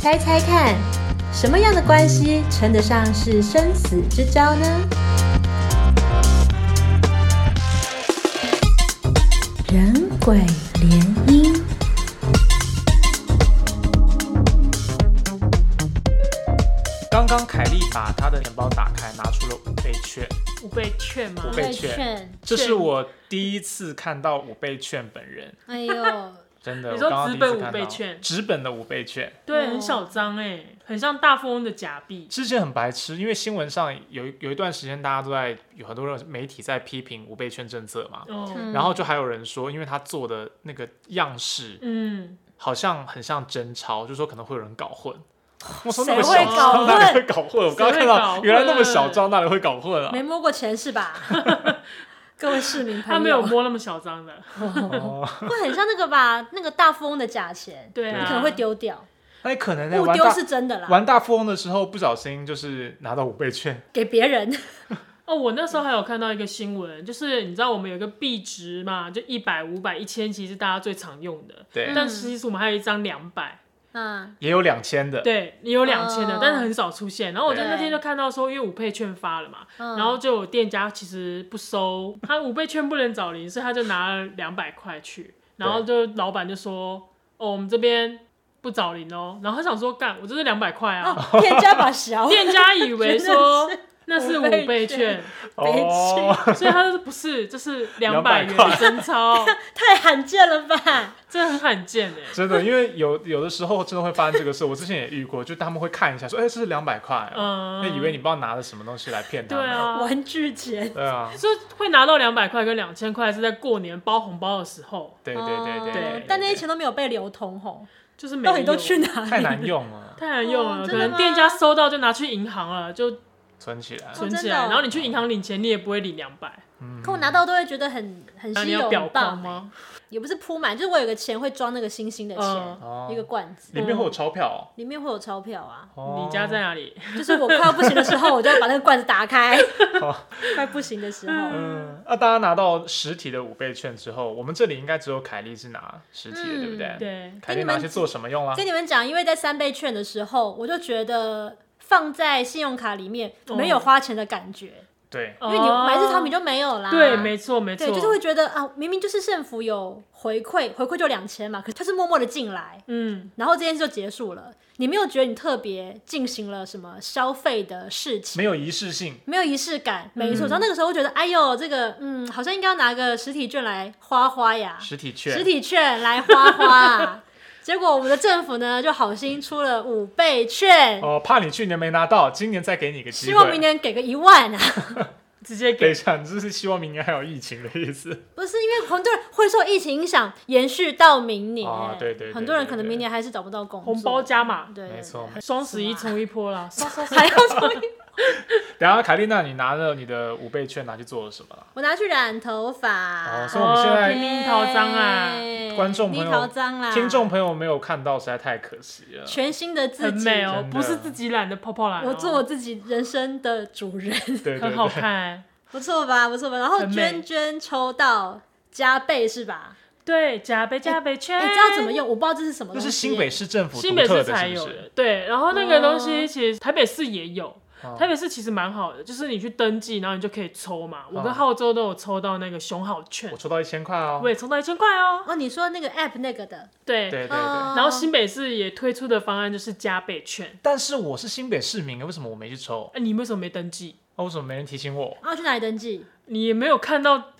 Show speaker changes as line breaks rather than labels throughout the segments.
猜猜看，什么样的关系称得上是生死之交呢？人鬼联姻。
刚刚凯莉把她的钱包打开，拿出了五倍券。
五倍券吗？
五倍券
券，
这是我第一次看到五倍券本人，
哎呦，
真的。
你
我
说
刚刚
纸
第一
本
次
五
看
倍
到
券
纸本的五倍券，
对，
哦
很小张哎、很像大富翁的假币。
之前很白痴，因为新闻上有一有一段时间，大家都在有很多人媒体在批评五倍券政策嘛，
哦，
嗯
然后就还有人说，因为他做的那个样式
嗯，
好像很像真钞，就说可能会有人搞 混。我说那
谁
么
会
小张
搞
哪里
混？
会搞混？我刚刚看
谁会搞
到
混
原来那么小张哪里会搞混啊？
没摸过钱是吧？各位市民朋
他
友，
没有摸那么小张 的，
哦，
会很像那个吧？那个大富翁的假钱，
对啊，
你可能会丢掉，
那也哎可能呢，
物
玩
丢
大
是真的啦，
玩大富翁的时候不小心就是拿到五倍券，
给别人。
哦，我那时候还有看到一个新闻，就是你知道我们有一个币值嘛，就一百、五百、一千，其实是大家最常用的。
对，
嗯
但其实我们还有一张两百，
嗯，
也有两千的，
对你有两千的，
哦
但是很少出现。然后我在
对
那天就看到说，因为五倍券发了嘛，
嗯
然后就有店家其实不收，他五倍券不能找零，所以他就拿了两百块去，然后就老板就说：“哦，我们这边不找零哦。”然后他想说：“干，我这是两百块啊。
哦，店家把 小
店家以 为说那是
五
五
倍
倍
券
券，
哦，
所以他就说不是，这是两百
200
元
块
真钞，
太罕见了吧？
这很罕见 哎。
真的，因为有有的时候真的会发生这个事，我之前也遇过，就他们会看一下说，哎、这是两百块哦，
嗯，
那以为你不知道拿了什么东西来骗他
对
们，
啊，
玩具钱，
对啊，
就会拿到两百块跟两千块是在过年包红包的时候，
对对对对
哦
对，
但那些钱都没有被流通吼，
就是没
到底
有
都去哪里？
太难用了，
太难用了，
哦
可
真的
能
吗
店家收到就拿去银行了，就
存起 来。嗯
存起
真的
来，
哦
然后你去银行领钱，你也不会领两百，
可我拿到都会觉得很很
那
稀
你
有，
要表
很
框
棒
吗？
也不是铺满，就是我有个钱会装那个星星的
嗯
钱，
哦
一个罐子，嗯
里面会有钞票
里面会有钞票啊。
哦。
你家在哪里？
就是我快要不行的时候，我就要把那个罐子打开。 快不行的时候，
嗯，那大家拿到实体的五倍券之后，我们这里应该只有凯莉是拿实体的，
嗯
对不对？。
对，
凯莉拿去做什么用啦？啊
跟你们讲，因为在三倍券的时候，我就觉得放在信用卡里面
哦
没有花钱的感觉，
对，
因为你买日
哦
淘米就没有啦。
对，没错没错，
啊对，就是会觉得啊，明明就是政府有回馈，回馈就两千嘛，可是它是默默的进来，
嗯，
然后这件事就结束了。你没有觉得你特别进行了什么消费的事情？
没有仪式性，
没有仪式感，没
嗯
错。然后那个时候我觉得，哎呦，这个嗯，好像应该要拿个实体券来花花
啊
呀，
实体券，
实体券来花花、结果我们的政府呢，就好心出了五倍券，
哦，怕你去年没拿到，今年再给你一个机会。
希望明 年给个一万啊！
直接
等一
给
下，你这是希望明年还有疫情的意思？
不是因为很多人会受疫情影响，延续到明年。
哦对对对
很多人
对
可能
对
明年还是找不到工作。
红包加码，
对，对
没错
对啊
双十一冲一波 啦，
还要从
等一下，凯莉娜，你拿了你的五倍券拿去做了什么啦？
我拿去染头发
哦，所以我们现在
哦拎头脏啊，
哎
观众朋友
拎头脏啦，
听众朋友没有看到，实在太可惜了。
全新的自
很
己，
美哦
真，的
不是自己染的泡泡染哦，
我做我自己人生的主人，
对对
很好
对，
看，
不错吧？不错吧？然后
很美
娟娟抽到加倍是吧？
对，加倍加倍圈，
哎、知道怎么用？我不知道这是什么
那
东西。
是新北市政府
新
独
北
特
市
的，
才
是不
有
是？
对，然后那个东
哦
西其实台北市也有，
哦
台北市其实蛮好的，就是你去登记，然后你就可以抽嘛。我
哦
跟浩州都有抽到那个熊好券
我，抽到一千块哦
我。也抽到一千块哦。
哦，你说那个 app 那个的，
对，
对对对。
哦
然后新北市也推出的方案就是加倍券。
但是我是新北市民，为什么我没去抽？
哎，你为什么没登记？
啊，为什么没人提醒我？
啊，我去哪里登记？
你也没有看到，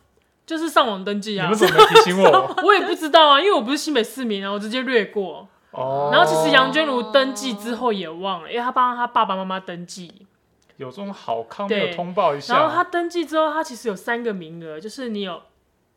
就是上网登记
你
啊
为。什么没提醒 我？
我也不知道啊，因为我不是新北市民啊，我直接略过。
哦。
然后其实杨娟如登记之后也忘了，因为她帮她爸爸妈妈登记。
有这种好康没
对
有通报一下？
然后他登记之后，他其实有三个名额，就是你有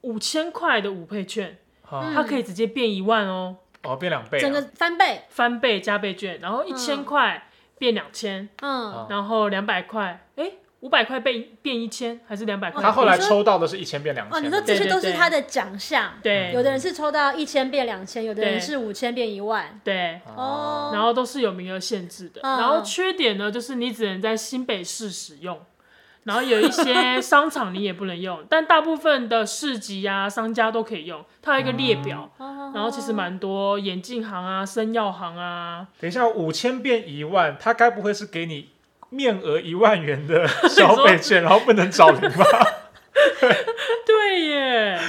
五千块的五倍券，
哦
它可以直接变一万哦，
哦变两倍啊，
整个翻倍，
翻倍加倍券，然后
嗯
一千块变两千，
嗯，
哦
然后两百块，哎，五百块变变一千，还是两百块？
他后来
哦你说
抽到的是一千变两
哦，
千。
你说这
对不对嗯
些都是他的奖项，
对
有的人是抽到一千变两千，有的人
对
是五千变一万，
对，
嗯
哦，
然后都是有名额限制的。
嗯
然后缺点呢，就是你只能在新北市使用，然后有 一些商场你也不能用，但大部分的市集啊、商家都可以用。它有一个列表，然
哦
然
后其实蛮多眼镜行啊、生药行啊，
等一下，五千变一万，他该不会是给你面额一万元 的消
说
费券，然后不能找零吧？
对耶，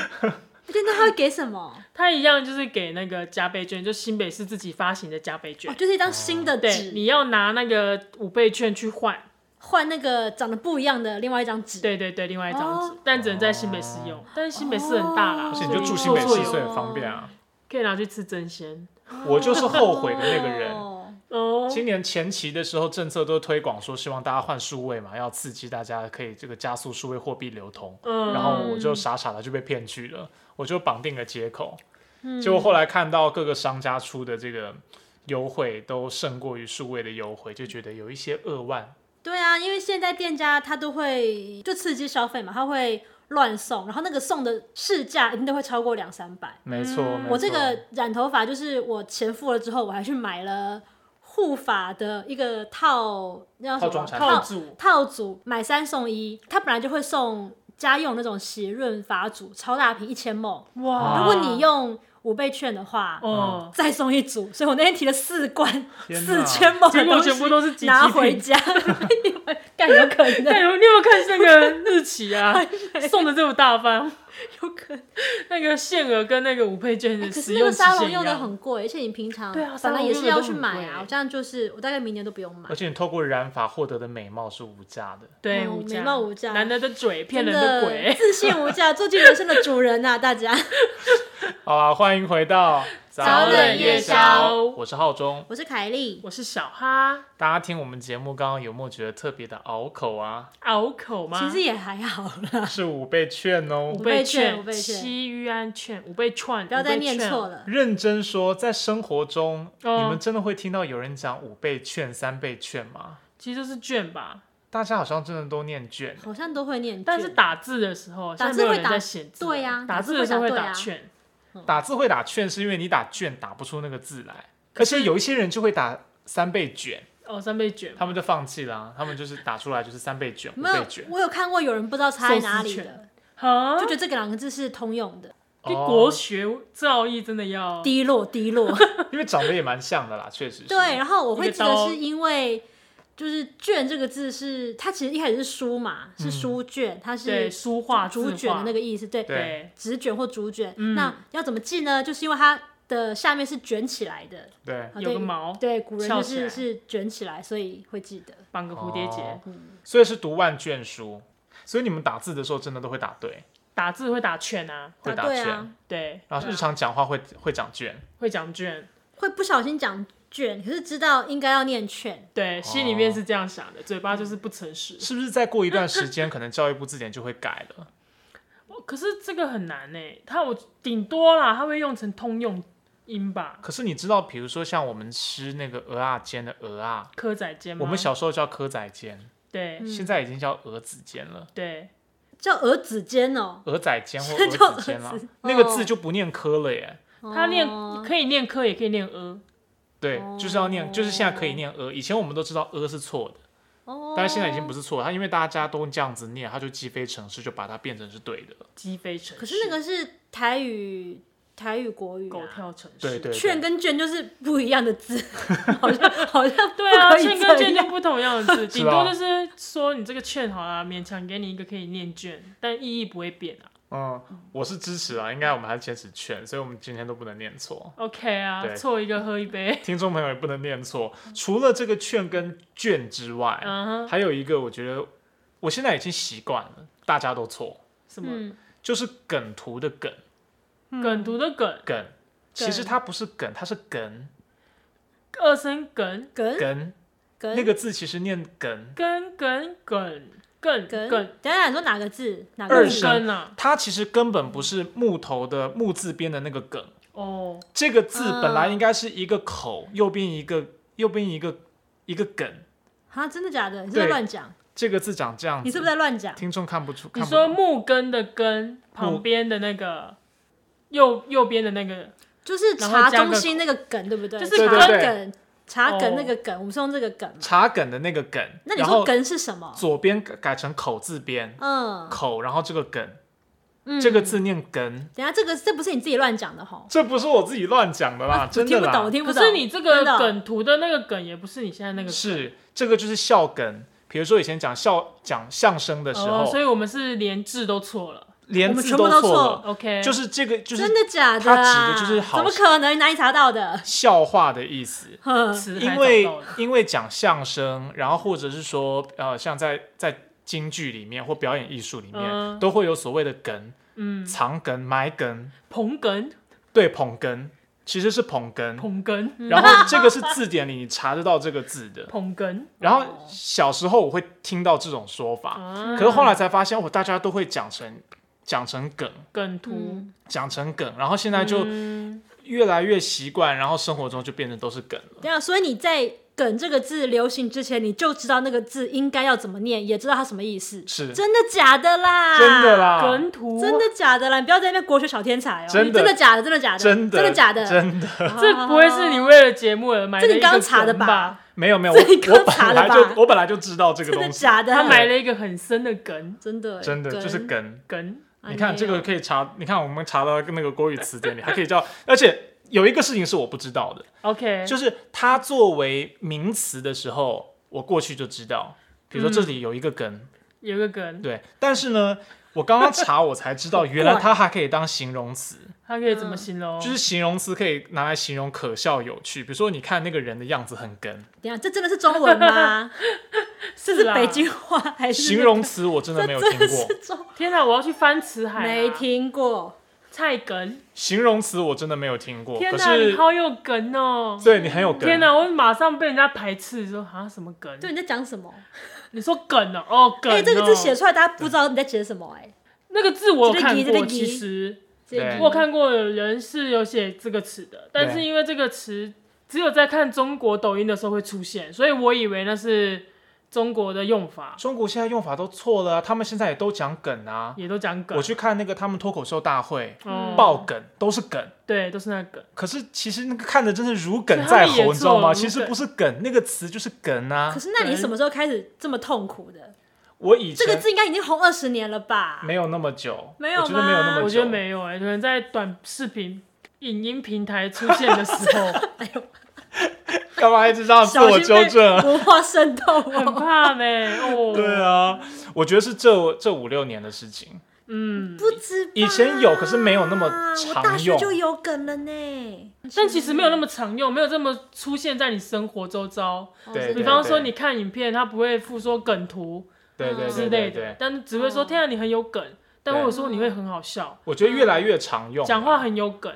对，那他会给什么？
它一样就是给那个加倍券，就新北市自己发行的加倍券
哦，。就是一张新的
对，
纸，
你要拿那个五倍券去换，
换那个长得不一样的另外一张纸。
对对对，另外一张纸，
哦
但只能在新北市用。但是新北市很大啦，
而
而
且
且你
你就
就
住
住
新
新
北
北
市
市，
所
所
以
以
很
很
方
方
便
便
啊
啊。
可以拿去吃真鲜。
我就是后悔的那个人。
哦
哦，
今年前期的时候，政策都推广说希望大家换数位嘛，要刺激大家可以这个加速数位货币流通。
嗯
然后我就傻傻的就被骗去了，我就绑定了接口。
嗯
结果后来看到各个商家出的这个优惠都胜过于数位的优惠，就觉得有一些扼腕。
对啊，因为现在店家他都会就刺激消费嘛，他会乱送，然后那个送的市价一定都会超过两三百。
没错，没
嗯我这
错
个染头发就是我钱付了之后，我还去买了护发的一个套，那叫
套
什么
装产
套
品
组，
套组，买三送一。它本来就会送家用那种洗润发组，超大瓶一千梦。
哇！
如果你用五倍券的话，
哦，
再送一组，所以我那天提了四罐
天
四
哪
千梦的
结
东
果
西
全部都是集
拿
体
回
品。
家， 干有可能的
但有你有没有看那个日期 啊？送的这么大方，
有可能。
那个限额跟那个五倍券的
可是
使
那个
用期
沙龙
限一
用的
样。
很贵，而且你平常
对啊
本
沙
来
龙
也
用
是
的
要
都
去
很
买
贵
啊，我这样就是我大概明年都不用买
而。且你透过染发获得的美貌是无价的。
对，
嗯
无价
美貌无价
男的的嘴骗
真
人的鬼。
自信无价，做尽人生的主人呐、啊大家。
好啊，欢迎回到
早冷夜宵
我是浩中。
我是凯莉，
我是小哈，
大家听我们节目刚刚有没有觉得特别的拗口 啊？
拗口吗？
其实也还好啦，
是五倍券哦
五。
倍
倍
券
券、
五倍券
西域安券、五倍券，
不要再念
五倍券
错。了。
认真说，在生活中，
哦
你们真的会听到有人讲五倍券、三倍券吗？
其实就是券吧，
大家好像真的都念券，
好像都会念，
但是打字的时候，
打
现在
字
没有人
会打
在写字了，
对呀打
打
字
字
会打
的时候会
对呀啊
打券，
嗯
打字会打券是因为你打券打不出那个字来，而且有一些人就会打三倍卷，
哦，三倍 券，
他们就放弃了啊、他们就是打出来就是三倍卷、五
没有
倍卷，。
我有看过有人不知道差在哪里
寿司
的，
哈
就，觉得这个两个字是通用的，
对
哦
国学造诣真的要
低落低 落。
因为长得也蛮像的啦，确实是。
对，然后我会记
一个
得
刀
是因为。就是“卷”这个字是它其实一开始是书嘛，是书卷，它是
嗯对书画
竹
字
卷的
画
那个意思，对，
对
纸卷或竹卷。
嗯
那要怎么记呢？就是因为它的下面是卷起来的，
对，
啊
有
对
个毛
对，古人就
翘哦起
是
来
是卷起来，所以会记得。
绑个蝴蝶结，
哦
嗯，
所以是读万卷书，所以你们打字的时候真的都会打对，
打字会打券啊，
会
答
打
对
卷，
啊，
对，
然后日常讲话会会讲卷。
会讲券，
会不小心讲卷，可是知道应该要念卷。
哦
对，心里面是这样想的，嘴巴就是不诚实。
是不是再过一段时间，可能教育部字典就会改了？
哦可是这个很难呢，他我顶多啦，他会用成通用音吧，
可是你知道，比如说像我们吃那个鹅啊煎的鹅啊，
蚵仔煎吗？
我们小时候叫蚵仔煎，
对
嗯
现在已经叫鹅子煎了，
对，
叫儿子间哦，
鹅仔煎或
叫
鹅子煎
鹅
了
子，
那个字就不念科了耶。
他念
哦
可以念科，也可以念呃，
对，就是要念，就是现在可以念鹅，以前我们都知道鹅是错的，
哦，
但是现在已经不是错了，它因为大家都这样子念，它就鸡飞城市，就把它变成是对的了。
鸡飞城市。
可是那个是台语，台语国语、
狗
啊。
跳城市，
对对
券
对，
跟卷就是不一样的字， 好像好像
对啊，
不可以
券
这
跟券就
样
不同 样的字，
是啊
顶
吧
多就是说你这个券好啦，勉强给你一个可以念卷，但意义不会变啊。
嗯，我是支持啊，应该我们还是坚持劝，所以我们今天都不能念 错。
OK 啊，
对
凑一个喝一 杯，
听众朋友也不能念错。除了这个券跟卷之外，
嗯哼，
还有一个我觉得我现在已经习惯了，大家都错，
什么
嗯，
就是梗图的梗
梗图的梗，
梗，其实它不是梗，它是梗
二声梗，
梗
梗，
嗯梗
那个字其实念梗，
梗梗梗梗
梗
梗，
等一下你说哪个字？哪个
二
字
声
根啊，
它其实根本不是木头的木字边的那个梗，
哦，
这个字
嗯
本来应该是一个口，右边一个，右边一个一个梗，
啊？真的假的？你是不是在
对
乱讲？
这个字长这样子，
你是不是在乱讲？
听众看不出？
你
看不
说
懂
木根的根旁边的那个右右边的那个，
就是
然后
茶
加
中
个
心那个梗，对不对？
就是
茶
对对对
梗茶梗
哦
那个梗，我们是用这个梗嘛。
茶梗的那个梗，
那你
然
说
后
梗是什么？
左边改成口字边，
嗯，
口，然后这个梗，
嗯
这个字念梗，
等一下这个这不是你自己乱讲的吼，
这不是我自己乱讲的啦，
啊我
啊真
听
的
不懂，我
啦，
听不
可
懂。
是你这个
真的哦
梗图的那个梗，也不是你现在那个梗
是这个就是笑梗。比如说以前讲笑讲相声的时
哦，
候
所，以我们是连字都错了。
连
我们
字
全部
错
都错
了，
OK，
就是这个就是
真的假的
他指
啊？
的就是好
怎么可能？你哪里查到的？
笑话的意思。
哼，
词
因
还
为
找到了
因为讲相声，然后或者是说呃，像在在京剧里面或表演艺术里面，
嗯
都会有所谓的梗、
嗯，
藏梗、埋梗、
捧哏，
对捧哏，其实是捧哏。
捧哏，
然后这个是字典里你查得到这个字的。
捧哏。
然后小时候我会听到这种说法，
啊
可是后来才发现，我大家都会讲成讲成梗，
梗图，
嗯
讲成梗，然后现在就
嗯
越来越习惯，然后生活中就变成都是梗了。
对啊，所以你在“梗”这个字流行之前，你就知道那个字应该要怎么念，也知道它什么意思。
是
真的假的啦？
真的，啦，
梗图，
真的假的啦？你不要在那边国学小天才哦、
真
你
的
真的假的？真的假的？
真的
的假的？
真的。
啊这不会是你为了节目而买的
这
一
你
个
刚查的
梗
吧
吧？
没有没有，我
这你
我
刚
本
查
来
的吧
就我本来就知道这个
真的
东西，
假的？
他买了一个很深的梗，
真的欸
真的就是
梗。
梗。
梗
啊
你看这个
没有
可以查，你看我们查到那个国语词典里还可以叫，而且有一个事情是我不知道的，
哎
，OK，
就是它作为名词的时候，我过去就知道，比如说这
嗯
里有一个梗，
有一个梗，
对，但是呢。我刚刚查，我才 知道原来它还可以当形容词，
它可以怎么形
哦
容？
就是形容词可以拿来形容可笑有趣。比如说，你看那个人的样子很梗，
等一下，这真的是中文 吗？这是
啦
北京话还哎是
形容词我真的
那
没
个？
有听
这真的
过
是，中啊
天哪，我要去翻词海，
没，听过。
菜梗，
形容词我真的没有听过。
天
可
哪，
是
你好有梗哦！
对你很有梗。
天哪，我马上被人家排斥，说啊什么梗？
对，你在讲什么？
你说梗哦，哦梗哦，
哎，这个字写出来，大家不知道你在写什么哎。
那个字我有
这个
看
疑这
过，
个疑
其实
这个
对
我有看过有人是有写这个词的，但是
对
因为这个词只有在看中国抖音的时候会出现，所以我以为那是中国的用法，
中国现在用法都错了、啊，他们现在也都讲梗啊。
也都讲梗。
我去看那个他们脱口秀大会，
嗯
爆梗都是梗，
对，都是那个梗。
可是其实那个看着真是如梗在
所以他们
喉，
也
你知道吗？
做如梗
其实不是梗，那个词就是梗啊
可。是那你什么时候开始这么痛苦的？
我以
这个
前嗯
字应该已经红二十年了吧？
没有那么久，
没
我
有吗
觉得没有那么久，
我觉得没有哎、可能在短视频、影音平台出现的时 候，
哎
干嘛一直这样自
小
我
心
纠
被
正啊？
文化渗 透
很
哦。
怕呗、哦，
对，啊，我觉得是这这五六年的事情。
嗯，
不知道
以前有可是没有那么
我
常
大学
用
就有梗了呢。
但其实没有那么常用，没有这么出现在你生活周遭。
哦
对
是
比
这
方
样
说，你看影片，它不会附说梗图，
对对
之
对
类
对
的
对，，
但只会说
嗯
天啊你很有梗，但
对
或者说你会很好笑，
我觉得越来越常用了，
讲话很有梗。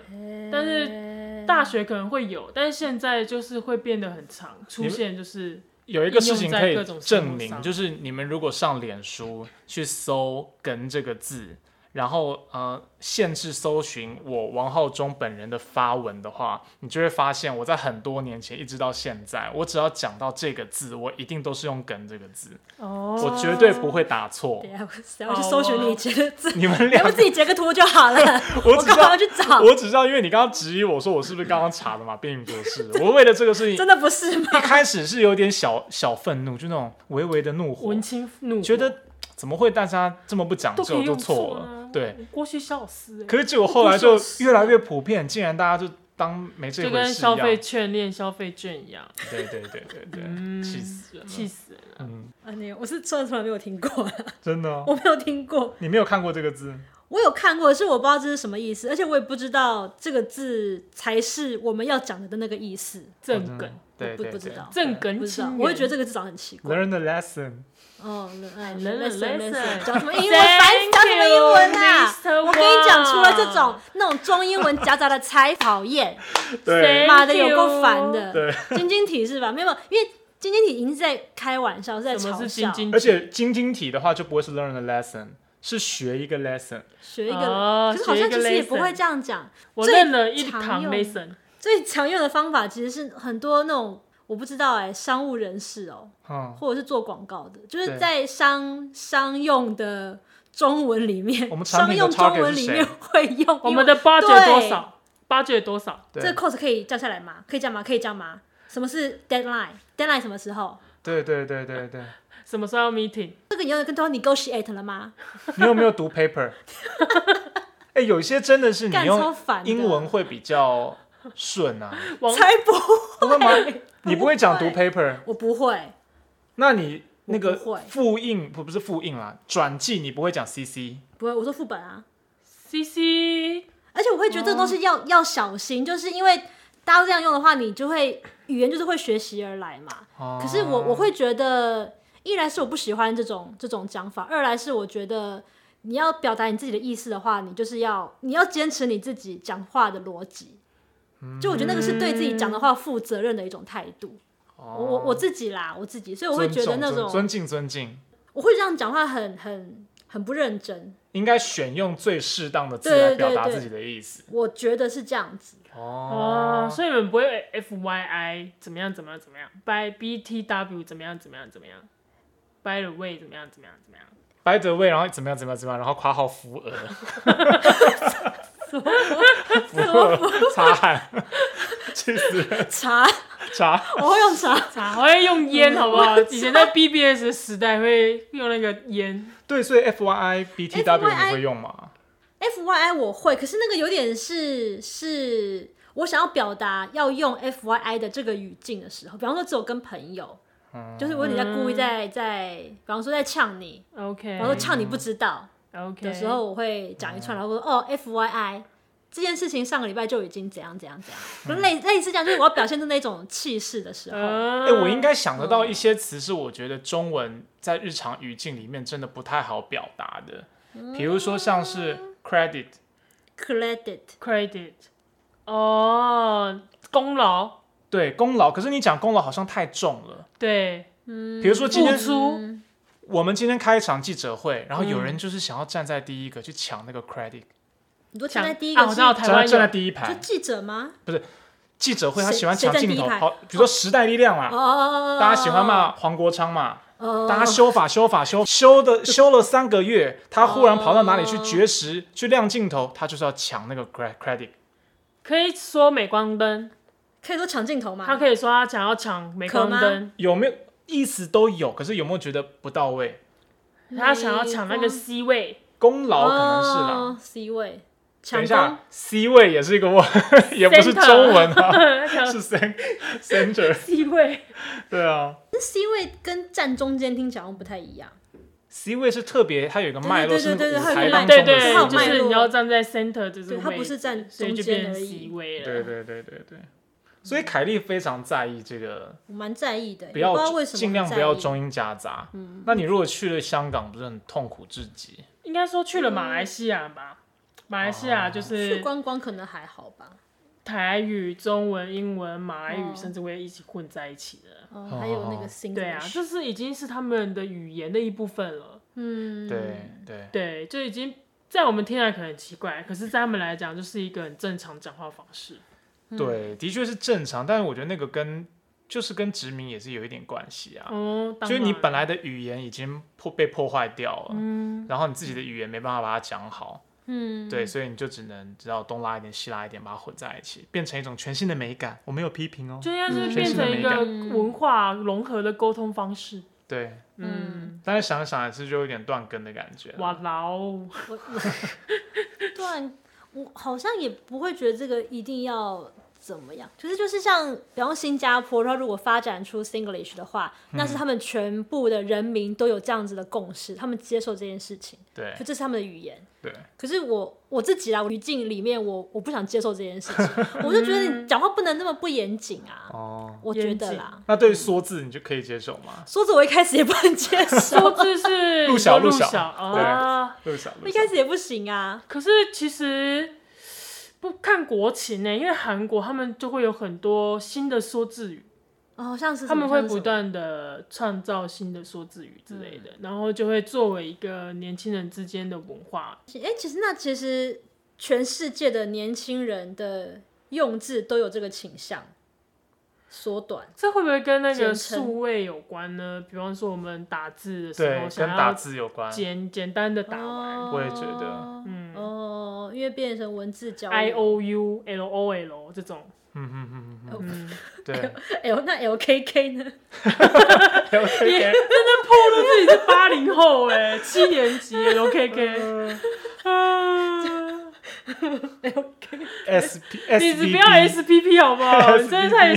但
是
大学可能会有，但是现在就是会变得很长，出现就是
有一个事情可
应
以
用在各种生活
证明，
上
就是你们如果上脸书去搜“梗”这个字，然后呃限制搜寻我王浩中本人的发文的话，你就会发现我在很多年前一直到现在，我只要讲到这个字，我一定都是用“梗”这个字，
哦
我绝对不会打错
等。一下我谁要去搜寻你截的字？
你们
要
俩
不，自己截个图就好了。
我只
干
知
嘛
道
要，去 找？
我只知道，因为你刚刚质疑我说我是不是刚刚查的嘛，并不是。我为了这个 事情，
真的不是吗？
一开始是有点小小愤怒，就那种微微的怒火，
文青怒火，
觉得怎么会大家这么不讲
都可
究
以
就
用
错
啊
了？对，，
过去笑死欸，
可是结果后来就越来越普遍，竟然大家就当没这
就
回
跟
事一
消
样。
费券练消费券一样，
对对对对对，
嗯
气死人了！
气死人了。
嗯，
啊，你我是真的从来没有听过，
真的哦，
我没有听过。
你没有看过这个字，
我有看过，是我不知道这是什么意思，而且我也不知道这个字才是我们要讲的的那个意思。
哦
正梗，
对
不
对
不知
对
道，
正
不
梗
知道
青，
我会觉得
这
这个字长得很奇怪。
Learn the lesson，
哦，哎，
人
类似
人
类似
类似
讲什么英文？哎烦死讲什么英文啊
Thank you, Mr.
我跟你讲，除了这
Wang
种那种中英文夹杂的才 讨厌，
对
妈的有够烦。的。
对，
晶晶体是吧？没有，因为晶晶体已经是在开玩笑，是在
什
嘲
么是
笑
晶。晶体？
而且晶晶体的话就不会是 learn the lesson，是学一个 lesson，
学一
哦
个，可是好
学
像
一个
其实也不
lesson
会这样讲。
我
最
认了一
常
堂
用
lesson，
最常用的方法其实是很多那种我不知道哎、商务人士哦、
嗯。
或者是做广告的，就是
对
在商商用的中文里面，
我们产
商
品
用
的
中文
target 是
里
谁
面会用
我们的 budget
对
多少？budget 多少？
这
对
个 cost 可以降下来吗？可以降吗？可以降吗？什么是 deadline？deadline 什么时候？
对对对对对，
什么时候要 meeting？
这个你有跟对方 negotiate 了吗？
你有没有读 paper？哎、有一些真的是你
干超
用
烦的
英文会比较顺啊，
王
才不
不会吗？ 你不会讲读
不
paper，
我不会，
那你那个
我不会
复印不不是复印啦，转寄你不会讲 CC，
不会，我说副本啊。
C C，
而且我会觉得这个东
哦
西要、要小心，就是因为大家都这样用的话，你就会语言就是会学习而来嘛。
哦
可是我我会觉得，一来是我不喜欢这种这种讲法，二来是我觉得你要表达你自己的意思的话，你就是要你要坚持你自己讲话的逻辑。就我觉得那个是对自己讲的话负责任的一种态度。
嗯哦
我我我自己啦，我自己，所以我会
尊
觉得
重
那
尊
种
尊敬尊敬，
我会这样讲话很很很不认真，
应该选用最适当的字
对
来
对
表达
对
自己的意思。
我觉得是这样子。
哦
哦，，所以你们不会 F Y I 怎么样怎么样怎么样，by B T W 怎么样怎么样怎么样，by the way 怎么样怎么样怎么样，
by the way，然后怎么样怎么样怎么样，然后括号扶 额，扶额擦汗， 气死人，
茶，
擦。
我会用茶。
茶我会用烟好不 好？以前在 B B S 的时代会用那个烟，
对，所以 F Y I B T W 你会用吗？
F Y I 我会，可是那个有点是是我想要表达要用 F Y I 的这个语境的时候，比方说只有跟朋友，就是我有点在故意在在，比方说在呛你，
OK
比方说呛你不知道
OK
的时候，我会讲一串，然后我说哦 F Y I。这件事情上个礼拜就已经怎样怎样怎样，就类类似这样，就是我要表现出那种气势的时候，
哎、
嗯
我应该想得到
嗯
一些词是我觉得中文在日常语境里面真的不太好表达的，比如说像是
嗯
credit，
credit
credit 哦，功劳
对功劳，可是你讲功劳好像太重了。
对嗯
比如说今
付
天
出
我们今天开一场记者会，然后有
嗯
人就是想要站在第一个去抢那个 credit，、
你说现
抢
在第一
啊，
个
我
是
知道
站
台
在
湾
站在
有
第一
就
排。
记者吗？
记者会他
谁
喜欢抢
谁
镜
站
头，
第一排
好，比如说时代力量
哦
嘛，
哦哦哦，
大家喜欢骂黄国昌嘛，
哦，
大家修法修法修修的修了三个月，他忽然跑到哪里去绝食去亮镜头，他就是要抢那个 cre- credit。
可以说镁光灯，
可以说抢镜头吗？
他可以说他想要抢镁光
可
灯，
有没有意思都有，可是有没有觉得不到位？
他想要抢那
镁
个
光
C 位，
功劳可能是啦。
哦、C 位，
等
抢
一
攻
下，C 位也是一个我， 也不是中文啊，
他想 要
是 cen- center。
C 位，
对啊
那 C 位跟站中间听起来好像不太一样。
，C 位是特别，它有一个脉络，
对对对
是那个舞
对
台
对
当
对
中的
对，
它有
C
就
位
脉络
是你要站在 center
嗯
这
对，
是
它不
位
是
置，
站
所以
中
就
间
变
而
C
已。
位
对
了。
对对对对。所以凯莉非常在意这个
我蛮在意的，
不
也知道
要
为什么
尽量
很在
不要
意。嗯
中英夹杂。那你如果去了香港，不是很痛苦至极？
应该说去了马来西亚吧，马来西
哦
亚就
去
嗯
是
观嗯光可能还好吧，
台语、中文、英文、马来
哦
语，甚至会一起混在一起的。
哦，还有那个 single，
对啊，这是已经是他们的语言的一部分了。
嗯，
对对，
对，就已经在我们听来可能很奇怪，可是，在他们来讲，就是一个很正常讲话方式。
嗯
对，的确是正常，但是我觉得那个跟就是跟殖民也是有一点关系啊，
哦，当
就是你
然
本来的语言已经破被破坏掉了，
嗯，
然后你自己的语言没办法把它讲好，
嗯，
对，所以你就只能知道东拉一点西拉一点，把它混在一起，变成一种全新的美感。我没有批评哦，
就应该是
嗯
变成一
全
个
新的美感
文化融合的沟通方式。
对，
嗯，
但是想想也是就有点断根的感觉。
哇啦 哦，
我突然我好像也不会觉得这个一定要怎么样，可是就是像比方说新加坡，然后如果发展出 Singlish 的话，那
嗯
是他们全部的人民都有这样子的共识，他们接受这件事情，
对
就这是他们的语言。
对，
可是我我自己啊啦，我语境里面我我不想接受这件 事情，我就觉得
嗯
你讲话不能那么不严谨啊，
哦，
我觉得啦。
那对于缩字你就可以接受吗？
说着我一开始也不能接
数
受，
字 是
陆小
陆
陆小
小啊。
陆小，
我一开始也不行啊。
可是其实不看国情呢、欸因为韩国他们就会有很多新的说字语，
哦，像是什么
他们会
像是什
不
么嗯
断的创造新的说字语之类的，然后就会作为一个年轻人之间的文化
哎、其实那其实全世界的年轻人的用字都有这个倾向，缩短。
这会不会跟那
简
个
称
数位有关呢？比方说我们打字的时
对
候，
跟
想
打
要
字啊有关。
简简单的打完、
哦
我也觉得
嗯，哦，因为变成文字交
i
流。
o u l o l 这种，
嗯嗯嗯嗯
嗯，
嗯，对
L 哎那 LKK 呢？
你
，LKK，
真的暴露自己是八零后哎，七年级 LKK，啊，
S P
你
S
只
P，
不要 SPP 好不好？你真的太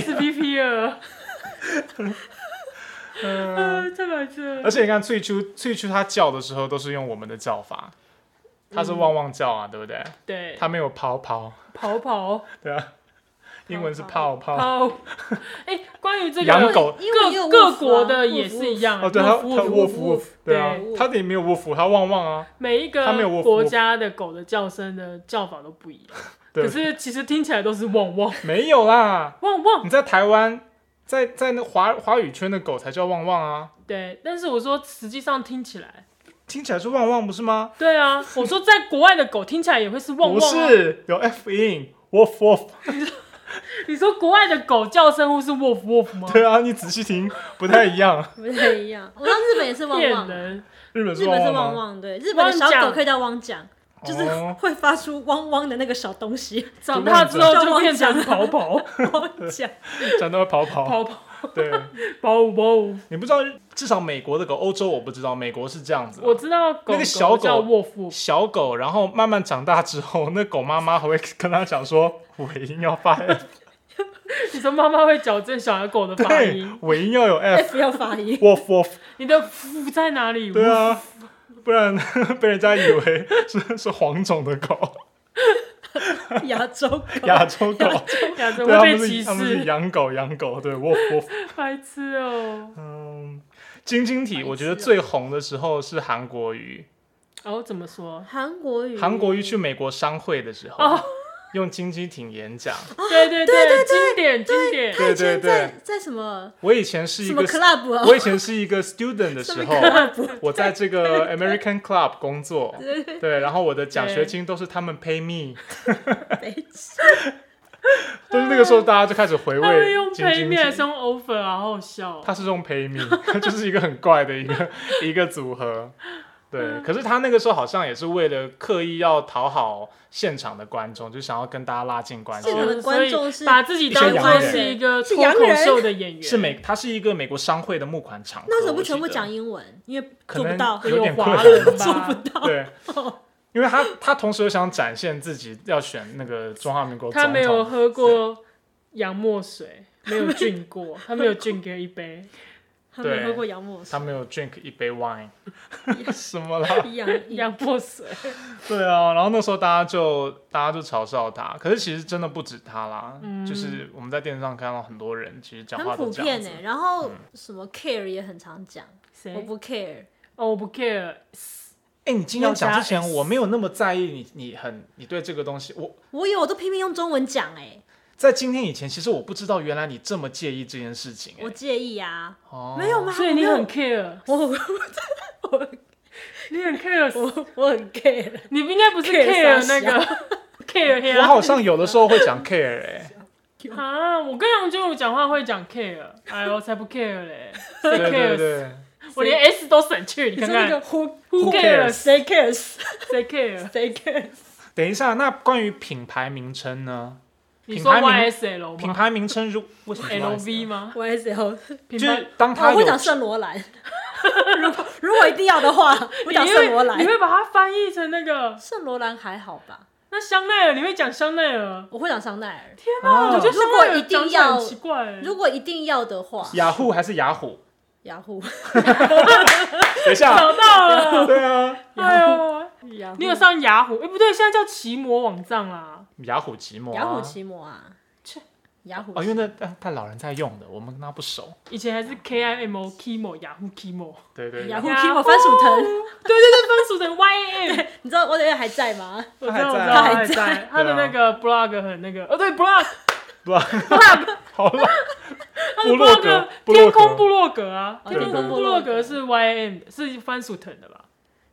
SPP 了，啊， 太白痴了
嗯而。且你看翠秋，翠秋她叫的时候都是用我们的叫法，她是汪汪叫啊，对不对？
对，
她没有泡泡，
跑跑
对啊，英文是泡
跑
泡，
跑， 哎，关于这
养
个
狗
因为也有
各各
Wolf 啊
国的也是一。样，
哦，对，她她
Wolf，
wolf
wolf，
wolf，对啊
对，
wolf
她也没有 wolf，她汪汪啊，
每一
它没有
个
wolf，
国
wolf
家的狗的叫声的叫法都不一样，可
对，
是其实听起来都是汪 汪
没有啦，
汪汪。
你在台湾。在在那华华语圈的狗才叫旺旺啊，
对，但是我说实际上听起来，
听起来是旺旺不是吗？
对啊，我说在国外的狗听起来也会是汪
不
汪、啊。，哦
是，有 F 音，wolf wolf。
你说国外的狗叫声会是 wolf wolf 吗？
对啊，你仔细听不太一样。
不太一样，我知道日本也是汪啊
骗
汪，日
人。
日本是
本
旺
是汪
旺吗？
汪，对，日本的小
汪
狗
奖
可以叫汪奖，就是
哦
会发出汪汪的那个小东西，
长大之后就变成跑跑
汪奖。
讲到跑跑，
跑跑
对，
跑跑。
你不知道，至少美国的狗，欧洲我不知道，美国是这样子的。
我知道狗
那个小狗
叫 wolf wolf，
小狗，然后慢慢长大之后，那狗妈妈还会跟它讲说，尾音要发 F，
你说妈妈会矫正小狗的发
对
音，，
尾音要有 F，
F 要发音，
w o f w o f
你的 f 在哪里？
对 啊，不然被人家以为是是黄种的狗，
亚洲狗。
亚洲狗，
呀，
对，啊
怎么
他
会
们
被歧
是他们是
视？
养狗，养狗，对 w o f w o f
白痴哦！
嗯，晶晶体，我觉得
白痴哦
最红的时候是韩国瑜，
哦，怎么说？
韩国语，
韩国瑜去美国商会的时候，
哦
用金鸡挺演 讲。
对对对，经典经典。
他
对对
以前在
对
在什么
我以前是一
什么
个，
club 啊？
我以前是一个 student 的时
什么
候，
club？
我在这个 American Club 工作，
对对
对，然后我的奖学金都是他们 pay me，
对，
都是那个时候大家就开始回
他们
味
用
啊
金
配
鸡
面还
挺
是。用 offer 啊，好好笑哦。
他是用 pay me，就是一 个很怪的一个一个组合。
嗯
对，可是他那个时候好像也是为了刻意要讨好现场的观众，就想要跟大家拉近关系
现。场的观众
呃所
是
以把自己当做是一个脱口秀的演员，
是美，他是一个美国商会的募款场合。
那时候不
我记
全部
得
讲英文，因为
可
做
能
不到。
有点困
华
难
人
做
吧
不？到，
对， 因为他他同时又想展现自己要选那个中华民国总
他
统，
没有喝过洋墨水，没有菌过，他没有菌给一杯。
他没有
对
喝过洋墨水
他，没有 drink 一杯 wine，什么啦？
洋
洋墨水，
对啊，然后那时候大家就大家就嘲笑他，可是其实真的不止他啦，就是我们在电视上看到很多人其实讲
很
话
普
都这样
遍
子嗯
哎、。然后什么 care 也很常讲，
谁
我？不 care，
哦，我不 care。
哎、你今天讲之前我没有那么在意你，你很你对这个东西，我
我有我都拼命用中文讲哎、
在今天以前，其实我不知道原来你这么介意这件事情、哎
我介意啊，
哦，
没有吗？
所以你
我没
很
有
care，
我
你很 care，
我我很 care，
你应该不是
care
care
啥
那个 care 黑
我
啊
好像有的时候会讲 care 哎、
啊！我跟杨君武讲话会讲 care，哎呦，我才不 care 嘞，谁
对对
care？
对，
我连 s 都省去，你
你
看
是那
看
个 who
，who
cares？
cares？
谁 cares
谁 care？
谁 cares？
等一下，那关于品牌名称呢？
你
品
说
牌名
YSL
品
吗
牌名称如为什么是
？LV
YSL？
吗？
我 S L，
品
就
牌
是当
哦，
它
我会
有
讲圣罗兰。如果如果一定要的话，我讲
你
圣罗
会你
兰。
会把它翻译成那个？
圣罗兰还好吧？
那香奈儿你会讲香奈儿？
我会讲香奈儿。
天哪，
哦
我觉得香奈儿讲起来
如
很
果一定要
奇怪欸。
如果一定要的话，
雅虎还是雅虎？
雅虎，
等一下，
找到了，
对啊，
哎呦，
雅虎
你有上雅虎？哎，不对，现在叫奇摩网站啦。
雅虎寂寞、啊，
雅虎奇摩啊？切，雅虎
哦，因为那他他老人在用的，我们跟他不 熟。
以前还是 K I M O Kimo 雅虎 Kimo，
对对
雅
对，
虎
呀
奇摩番薯藤，
哦对对对，分属成 Y A M，
你知道我等下还在吗？
我知道我知道
他
他
还
还
在
在，他的
啊
那个 blog 很那个，哦对 blog，
不，好了，
他的
部落格
blog，
部
天
落格
空部落格啊，
哦
天
对
空
对
部落格是 Y A M 是番薯藤的吧？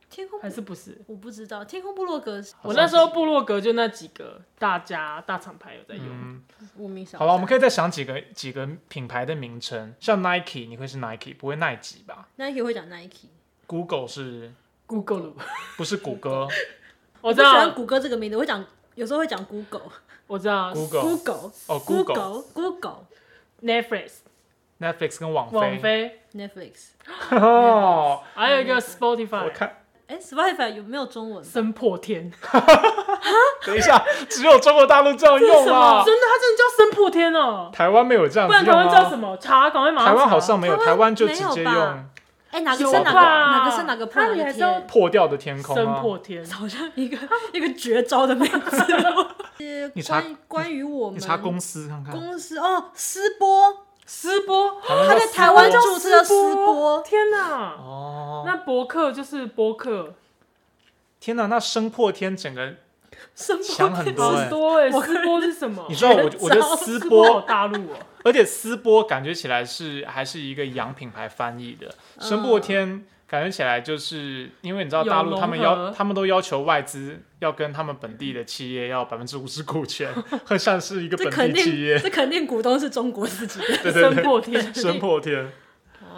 天空
还是不是？
我不知道，天空部落格是
好
我
像
那时候部落格就那几个大家大厂牌有在用，
嗯，
无名小
好了，我们可以再想几个几个品牌的名称，像 Nike，你会是 Nike，不会耐吉吧
，Nike 会讲 Nike。
？Google 是
Google，
不是谷歌？
我
不
知
喜欢
道
谷歌这个名字，我会讲有时候会讲 Google，
我知道
Google、
Google
哦
Google Google
Netflix、
Netflix 跟网
网飞，
Netflix，
哦，
还有一个 Spotify，
我看
哎，Spotify 有没有中文？
声破天，
等一下，只有中国大陆这样
这是
用
什
啊
么？，真的，它真的叫声破天哦，
台湾没有这样
不
子
然台
用
湾叫
啊
什。么？查，赶快马上查。
台湾好像没有，
台湾
台湾就直接
没有
用
吧哎，哪个
有
升哪个？
吧
哪个升哪个破？
那
哪
你
个
还是要
贴
破掉的天空
声
啊。
破天，
好像一个一个绝招的名 字。是
你查
关关于我们
你查公司
啊
看看，
公司哦，思波，
私播，
他
他
在台湾
叫
注册
私播
私播
天哪！
哦，
那博客就是播客，
天哪，那声破天整个
声波
强很多
好
哎。
多哎，私播是什么
你？知道我，我觉得
私
思
播好
波，
大陆哦，
而且思波感觉起来是还是一个洋品牌翻译的，
嗯
声破天感觉起来就是因为你知道
有
大陆
融
他们
合
要，他们都要求外资要跟他们本地的企业
嗯
要百分之五十股权，很像是一个
这
本
肯
地企
定，
业。
这肯定股东是中国自己的，
对对
声
对，
破天
声破天，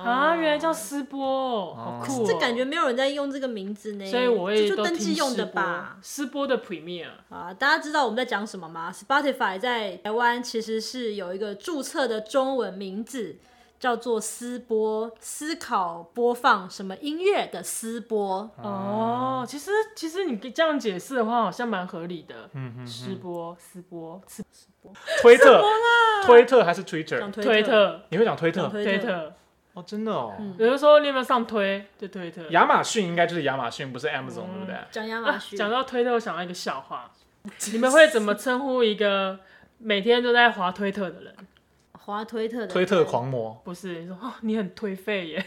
啊，原来叫私播哦，好酷哦！
这感觉没有人在用这个名字呢。
所以我会
这
都
就登记
听
用
私
的
播
吧。
私播的 Premiere
啊，大家知道我们在讲什么吗？Spotify 在台湾其实是有一个注册的中文名字，叫做“思播”，思考播放什么音乐的思播。
哦，
啊
其实其实你这样解释的话，好像蛮合理的。
嗯嗯
私播、私播、私
推特，推特还是
讲
Twitter？
推特、
你会讲推特？
讲推
推嗯特，
哦，真的哦。
比如说你有没有上推？就推特。
亚马逊应该就是亚马逊，不是 Amazon，对不对？
讲亚马
啊
逊，
讲到推特，我想到一个笑 话，你们会怎么称呼一个每天都在滑推特的人？
滑推
嗯
特的
推特狂魔，
不是，你说哦，你很推废耶，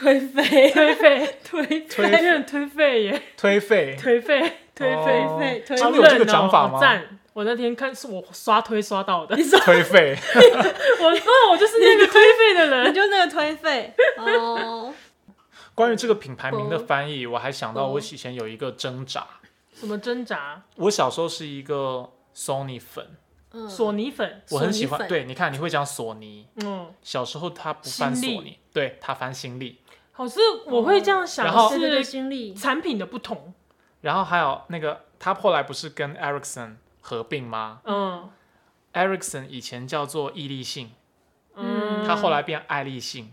推飞
推废，
推
推
你很推废耶，
推费，
推废，推废。
哦
废推
真的
好
有这
冷
个
哦
讲法
好
吗？
赞！我那天看是我刷推刷到的，
推费，
我哦，我就是那个推废的人
你。就那个推废哦，
关于这个品牌名的翻译，我还想到我以前有一个挣扎。
什么挣扎？
我小时候是一个 Sony 粉，
嗯，
索尼粉，
我很喜
索尼
欢。
粉
对，你看你会讲索尼，
嗯，
小时候他不翻
新力
索尼，对他翻新力，
好是我会这样想
哦然后
对对对，
哦是
心力
产品的不同，
然后还有那个他后来不是跟 Ericsson 合并吗
嗯
？Ericsson 以前叫做毅力信，
嗯，
他后来变爱立信。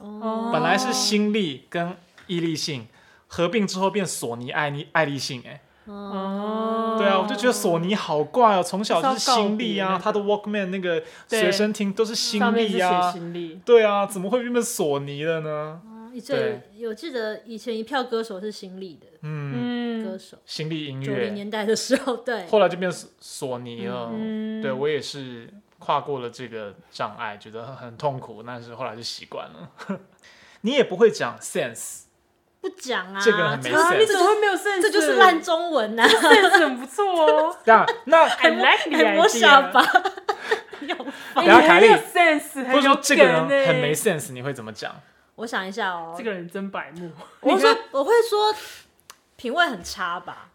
哦，
本来是新力跟伊利信合并之后变索尼爱利爱立信、哎，
哦，
对啊，我就觉得索尼好怪哦，从小就是新力
就是要告别那
啊，
个
他的 Walkman 那个
对
随身听都是新
上面是
力
写
啊，
行李，
对啊，怎么会变成索尼了呢？
哦以前有记得以前一票歌手是新力的
嗯，
歌
嗯
手，
新力音
九零
乐，
年代的时候，对，
后来就变索索尼了，
嗯，
对我也是跨过了这个障碍，觉得很痛苦，但是后来就习惯了。 你也不会讲 sense，
不讲啊，
这个很没
这
啊，
sense
你怎么会没有 sense？
这就是烂中文呐、啊，
sense，很不错 哦
那那
，I like the
还摸
idea。
下 巴，你好
哎，
烦
等一下
你
凯
很
莉
有 sense，
或者
很有
说这个人
梗欸
很没 sense，你会怎么讲？
我想一下哦，
这个人真白目。
我会
你看
说我会说品味很差吧，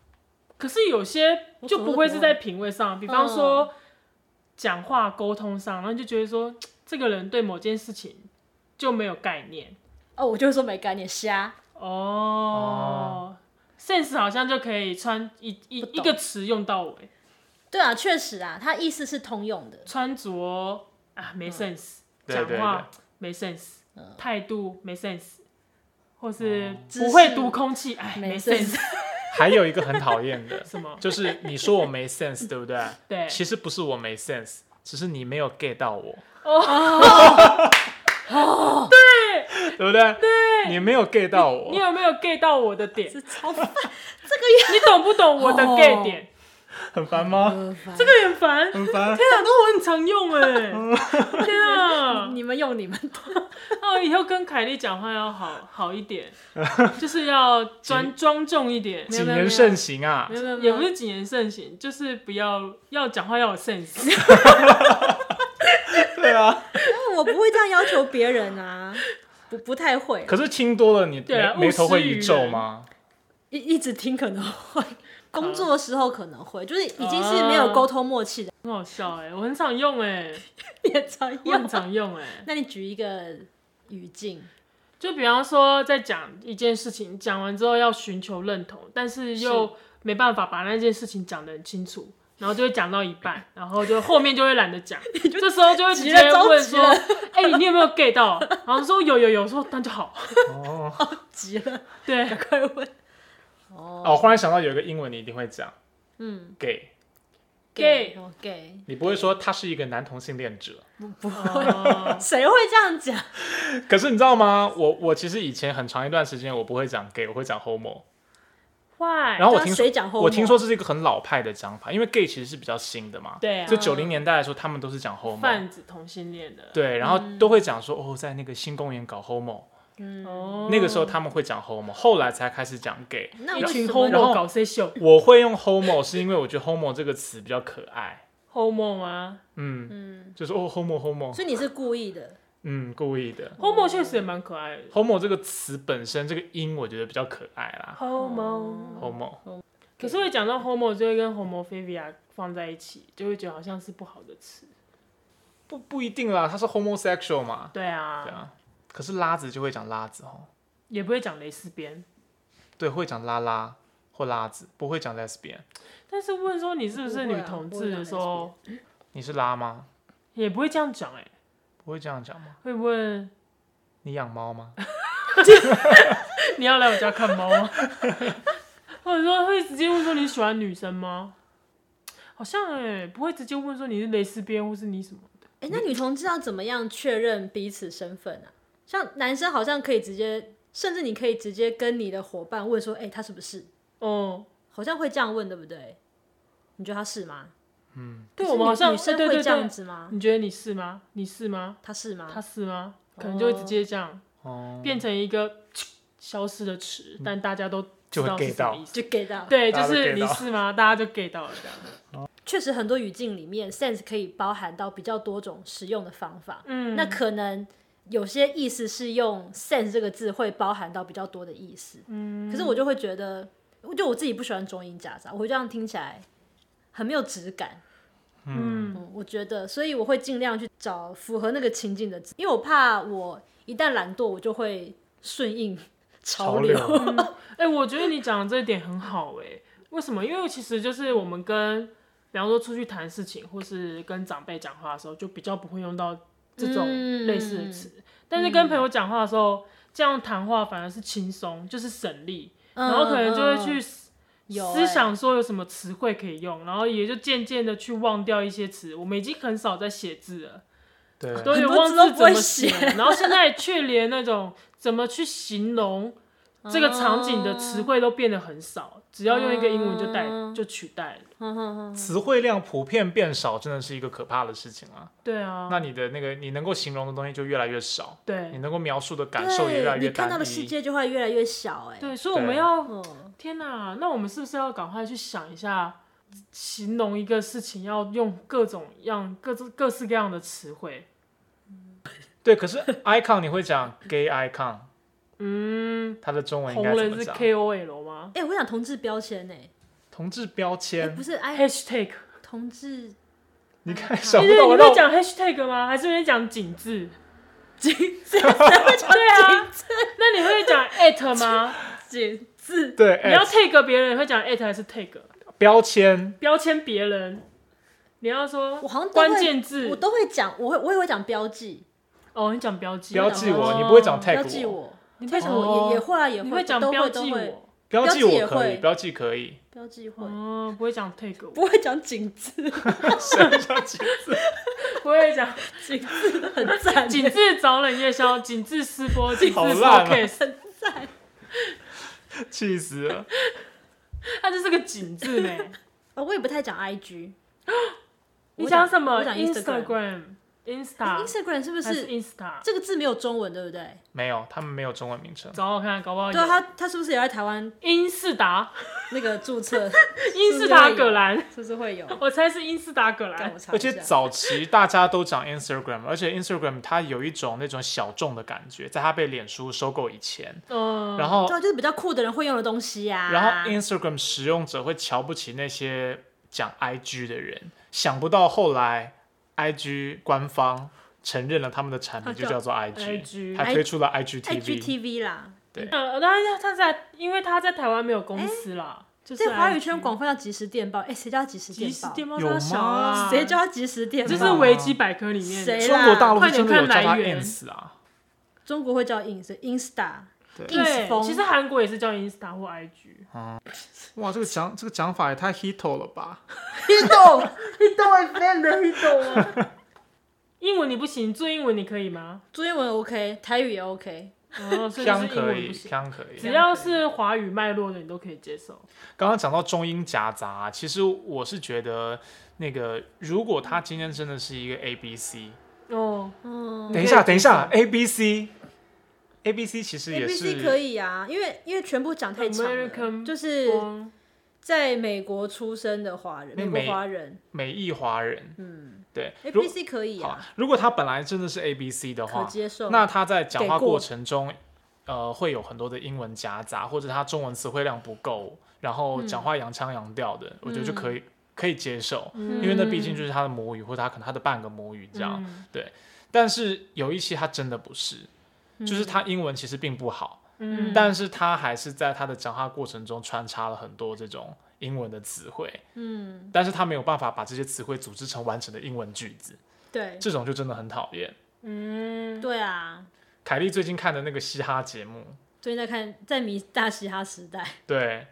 可是有些就不会是在品味上，比方说讲话沟通上，然后就觉得说嘖这个人对某件事情就没有概念
哦，我就会说没概念，瞎，
哦。sense 好像就可以穿一一
不懂
一个词用到尾，
对啊，确实啊，它意思是通用的，
穿着
嗯
啊没 sense，
对
讲
对
话
对
没 sense，态度没 sense，或是
哦知识
不会读空气，哎没
没
sense，，
还有一个很讨厌的
什么？
就是你说我没 sense，对不对？
对
其实不是我没 sense，只是你没有 get 到我， 对不对？对，你没有 get 到
你
我，
有没有 get 到我的点？
这超烦，
你懂不懂我的
哦
get 点？
很烦吗？
这
这
个很烦。
很烦。
天啊，都我很常用
嗯
哎、天啊！
你们用你们的，
哦，以后跟凯莉讲话要好好一 点，就是要庄庄重一点，
谨言慎行啊
没！有没有没
也
有
不是谨言慎行，就是不要要讲话要有 sense。
对啊，
但我不会这样要求别人啊，不不太会，
可是听多了，你
对啊
眉眉头会
勿施于
一皱吗？
一一直听可能会，工作的时候可能会，就是已经是没有沟通默契的，
很好笑哎、我很常用哎、
哦也常
我很
用。
常用哎、
那你举一个语境，
就比方说在讲一件事情，讲完之后要寻求认同，但是又没办法把那件事情讲得很清楚，然后就会讲到一半， 然后就后面就会懒得 讲，这时候就会直
急了
接
着急
问说
了：“
哎、你有没有 get 到？”然后说：“有有有。”说：“那就 好。
哦，
急了，”
对，
快问。
哦，我忽然想到有一个英文你一定会讲
嗯
，gay，
gay
哦 gay，
你不会说他是一个男同性恋者。
哦
谁会这样讲？
可是你知道吗？我我其实以前很长一段时间我不会讲 gay，我会讲 homo。
坏，
然后我
那
听说
谁讲 homo？
我听说这是一个很老派的讲法，因为 gay 其实是比较新的嘛。
对啊
就九零年代来说，他们都是讲
嗯
homo。
贩子同性恋的，
对，然
嗯
后都会讲说哦，在那个新公园搞 homo，、
嗯
哦，
那个时候他们会讲 homo，后来才开始讲 gay。
那
一
为
群
什么
然后
homo 搞 C 秀
我会用 homo 是因为我觉得 homo 这个词比较可爱，
homo 吗
嗯，
嗯，
就是哦 homo homo，
所以你是故意的，
嗯，故意的。
？homo 确实也蛮可爱的
homo 这个词本身这个音我觉得比较可爱啦。
homo。
homo
可是会讲到 homo 就会跟 homophobia 放在一起，就会觉得好像是不好的词。
不不一定啦，他是 homosexual 嘛，
对啊，
对啊。可是拉子就会讲拉子哦，
也不会讲蕾丝边。
对，会讲拉拉或拉子，不会讲 lesbian。
但是问说你是不是
不会
女
啊
同
不会
志
讲
的时候，
你是拉吗？
也不会这样讲哎、
不会这样讲吗？
会问
你养猫吗？
你要来我家看猫吗？ 或者说会直接问说你喜欢女生吗？好像哎、不会直接问说你是蕾丝边或是你什么的。
哎、那女同志要怎么样确认彼此身份啊？像男生好像可以直接，甚至你可以直接跟你的伙伴问说：“哎、他是不是
哦、？”
好像会这样问，对不对？你觉得他是吗？
对
嗯
可
我
是
们好像
女女
哎
生
对
会
对
这样
对，
子吗？
你觉得你是吗？你是吗？
他是吗？
他是吗？可能就会直接这样
哦，嗯
变成一个消失的词，但大家都知
就会
道是
get
什么
到
意思。
就 get 到，
对，
大家
就
都
是
get
你
到
是吗？大家就 get 到了这样。
确实很多语境里面，sense 可以包含到比较多种使用的方法。
嗯，
那可能有些意思是用 sense 这个字会包含到比较多的意思，嗯，可是我就会觉得，我就我自己不喜欢中英夹杂，我会这样听起来很没有质感，
嗯
嗯，我觉得，所以我会尽量去找符合那个情境的字，因为我怕我一旦懒惰，我就会顺
嗯
应潮流，
潮流
哎、我觉得你讲的这一点很好哎、为什么？因为其实就是我们跟，比方说出去谈事情，或是跟长辈讲话的时候，就比较不会用到这种
嗯
类似的词。但是跟朋友讲话的时候，这样谈话反而是轻松，就是省力，
嗯
然后可能就会
嗯
去
嗯有
思
欸
想说有什么词汇可以用，然后也就渐渐的去忘掉一些词。我们已经很少在写字了。
对，
都有
很多
忘
字
记
都
怎
不会
么写，然后现在却连那种怎么去形容这个场景的
哦
词汇都变得很少，只要用一个英文就代
嗯
就取代了。
嗯嗯嗯
词汇量普遍变少，真的是一个可怕的事情啊。
对啊，
那嗯你的那个你能够形容的东西就越来越少，你
对
能够描述的感受也越来
对，你
越
看
单
到的世
一。
界就会越来越小、哎，
对，所以我们
对
要
嗯，
天哪，那我们是不是要赶快去想一下，形容一个事情要用各种样各自各式各样的词汇？
对，可是 icon 你会讲 gay icon，
嗯，
它的中文应
红
该怎
人
么
是
讲？
KOL 吗
哎、我想同志标签呢、
同志标
哎、
签
不。是啊 I
？Hashtag，
同志
你看
对
想不
对
到
对，你
我让
会
我
讲 Hashtag 吗？还是你会讲景字？
金字，对
对啊，那你会 讲 at 吗？
金字，
对，
你要
at
take 别人，你会讲 at 还是 take？
标签
标签别人，你要说
我好像都会
关键字
我都会讲，我会我也会讲标记，
哦，你讲标记，
标记我，
哦
你不会讲
标
tag
记我，
你
标
会
记
讲
哦
我也也会啊，也
你
会
会讲
都
标
会都
记
会，
我，
标
标
记
记也
我可
会
以，标记可以，
标记会，
哦，不会讲 take 我，
不会讲景 字，
不会 讲
景字很赞，
景致早冷夜宵，景致私播， 景致
好烂啊
focus，
气死了。
它就是个景字呢。
呃我也不太讲 IG，
你讲什么
我讲 Instagram，
？Instagram，Insta
Instagram 是不
啊还是
是
Insta？
这个字没有中文对不对？
没有，他们没有中文名称。
找我看，搞不好
对啊，
有
他他是不是也在台湾
英仕达、
那个注 册？
英仕达葛兰，
是不是会有？
我猜是英仕达葛
让
兰
我。查
而
一下
且早期大家都讲 Instagram，而且 Instagram 它有一种那种小众的感觉，在它被脸书收购以前，
嗯，
然后
对啊，就是比较酷的人会用的东西呀、啊。
然后 Instagram 使用者会瞧不起那些讲 IG 的人，想不到后来 IG 官方承认了他们的产品就叫做 IG，
IG
还推出了 IGTV。
IGTV 啦，
呃，当然他在，因为他在台湾没有公司啦，就是
在哎华
IG
语圈广泛叫即时电报，哎，谁叫即时
即
电
时
报？
电报
有
大小啊，
吗
谁叫即时电报？
就是维基百科里面
谁
的
啦
中国大陆是真的有叫
快点
它
看来源
ins 啊，
中国会叫 ins insta
对
ins
对，
风，
其实韩国也是叫 Insta 或 IG，
哇，这个讲这个讲法也太 hito 了吧？
运动 运动 FM 的运动啊，
英文你不行，做英文你可以吗？
朱英文 OK，台语也 OK，
哦，所以就是
香
英
可
文
以，
不行，
香可以。
只要是华语脉络的你都可以接受。
刚刚讲到中英夹杂，其实我是觉得，那个如果他今天真的是一个 A B C，
哦，
嗯
可
等
以
一下，
接
等一下
受
，A B C，A B C 其实
，A
也
B
是
C 可以啊，因为因为全部讲太长了，
American
就是
嗯
在美国出生的华人，
那
美
美
国华人，
美裔华人，
嗯
对。
，A
如
B C 可以
好
啊，，
如果他本来真的是 A B C 的
可
话，
接受。
那他在讲话
给过
过程中，呃，会有很多的英文夹杂，或者他中文词汇量不够，然后讲话洋腔洋调的，我觉
嗯
得就可以可以接受，因为那毕竟就是他的母语，或者他可能他的半个母语这样。
嗯
但是有一些他真的不是，
嗯
就是他英文其实并不好，
嗯，
但是他还是在他的讲话过程中穿插了很多这种英文的词汇，
嗯，
但是他没有办法把这些词汇组织成完整的英文句子，
对
这种就真的很讨厌。
嗯，
对啊，
凯莉最近看的那个嘻哈节目，
最近在看在迷大嘻哈时代，
对，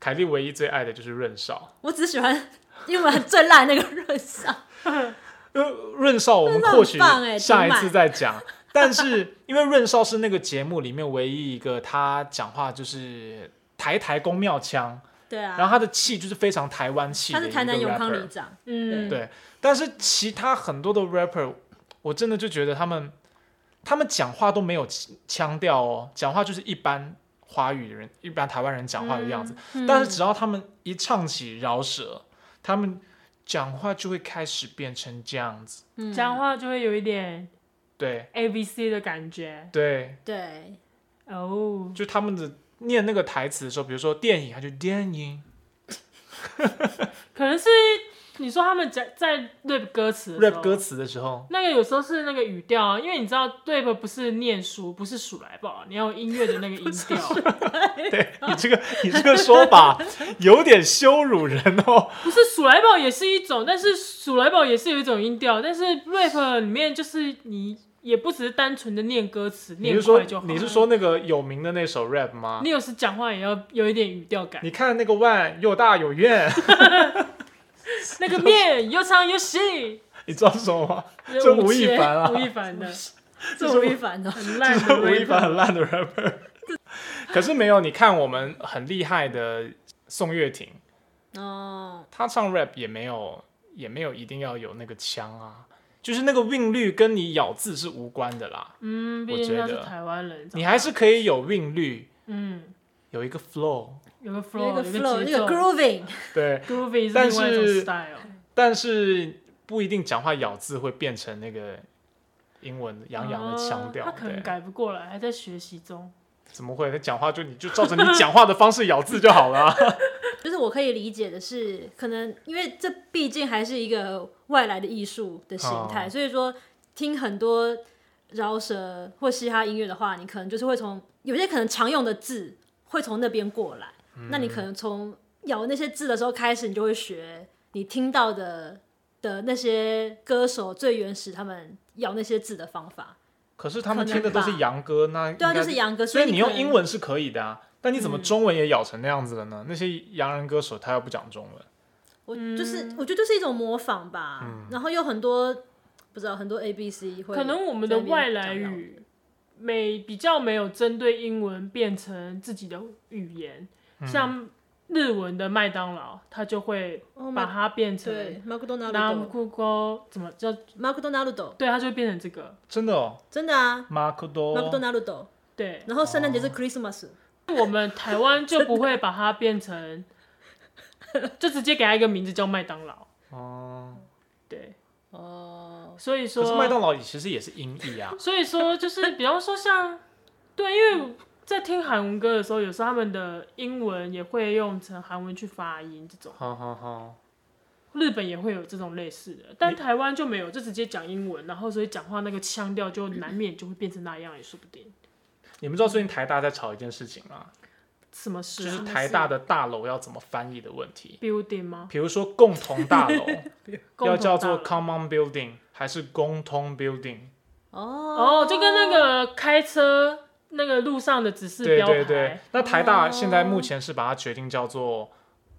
凯莉唯一最爱的就是润少。
我只喜欢英文最烂那个润少，
呃，润少我们或许
润少很棒欸
下一
听
次
满
再讲。但是因为润少是那个节目里面唯一一个他讲话就是台台公庙腔，
对啊，
然后他的气就是非常台湾气
他
的
是
一
台
个
南永康里
rapper。
长，
嗯，
对但是其他很多的 rapper，我真的就觉得他们他们讲话都没有腔调哦，讲话就是一般华语人、一般台湾人讲话的样子。
嗯
但是只要他们一唱起饶舌，他们讲话就会开始变成这样子。
嗯
讲话就会有一点
对
A B C 的感觉
对，
对，
哦，
就他们的念那个台词的时候，比如说电影，他就电影
可能是你说他们讲在 rap 歌词的时
rap
候
歌词的时候，
那个有时候是那个语调啊，因为你知道 rap 不是念书，不是数来宝，你要有音乐的那个音 调，
对你这个你这个说法有点羞辱人哦。
不是数来宝也是一种，但是数来宝也是有一种音调，但是 rap 里面就是你也不只是单纯的念歌词，
你
念
是说
快就好。
你是说那个有名的那首 rap 吗？
你有时讲话也要有一点语调感，
你看那个腕又大又圆，
那个面又长又细，
你知道是什么吗？ 这吴亦凡啊
吴切吴亦凡的
这种吴亦凡哦，
很
就
烂
是
的
吴亦
rap
凡很烂的 rapper。可是没有，你看我们很厉害的宋岳庭，
哦，
他唱 rap 也没有也没有一定要有那个腔啊，就是那个韵律跟你咬字是无关的啦，
嗯，
我
毕竟
觉
他是
得
台湾人，
你还是可以有韵律，
嗯，
有一个 flow，
有个
有
flow，
一个 flow，那
节奏
个 grooving，
对，
groovy 是
但
另外一
是
种 style，
但是不一定讲话咬字会变成那个英文洋洋的腔调，
哦他可能
对，
改不过来，还在学习中。
怎么会？他讲话就你就照着你讲话的方式咬字就好了啊、
就是我可以理解的是，可能因为这毕竟还是一个外来的艺术的形态，
哦
所以说听很多饶舌或嘻哈音乐的话，你可能就是会从有些可能常用的字会从那边过来，
嗯
那你可能从咬那些字的时候开始，你就会学你听到的的那些歌手最原始他们咬那些字的方法。
可是他们听的都是洋歌，那
对啊，
应该
就是洋歌，
所
以
以你
可
用
能
英文是可以的啊，但你怎么中文也咬成那样子了呢？那些洋人歌手他又不讲中文，
我就是、我觉得就是一种模仿吧，
嗯
然后有很多不知道很多 A B C 会
可能我们的外来语没比较没有针对英文变成自己的语言，
嗯
像日文的麦当劳，它就会
哦
把
麦
它变
对
成
马古多纳
那
鲁斗，
酷狗怎么叫？
马古多纳鲁斗，
对，它就会变成这个。
真的哦，
真的啊，
马可多
马古多纳鲁斗。
对，
然后圣诞节是 Christmas，、
我们台湾就不会把它变成，就直接给它一个名字叫麦当劳。
哦，
对，
哦，
所以
可
说，
是麦当劳其实也是音译啊
所以 说，就是比方说像，对，因为在听韩文歌的时候，有时候他们的英文也会用成韩文去发音，这种
好好好，
日本也会有这种类似的，但台湾就没有，就直接讲英文，然后所以讲话那个腔调就难免就会变成那样，也说不定。
你们知道最近台大在吵一件事情吗？
什么事
就
啊？
是台大的大楼要怎么翻译的问题。
building 吗？
比如说共同大楼
共
要
同
叫
大
做
楼
common building 还是公通 building？
哦
哦，就跟那个开车那个路上的指示
对
标牌，
对对，那台大现在目
哦
前是把它决定叫做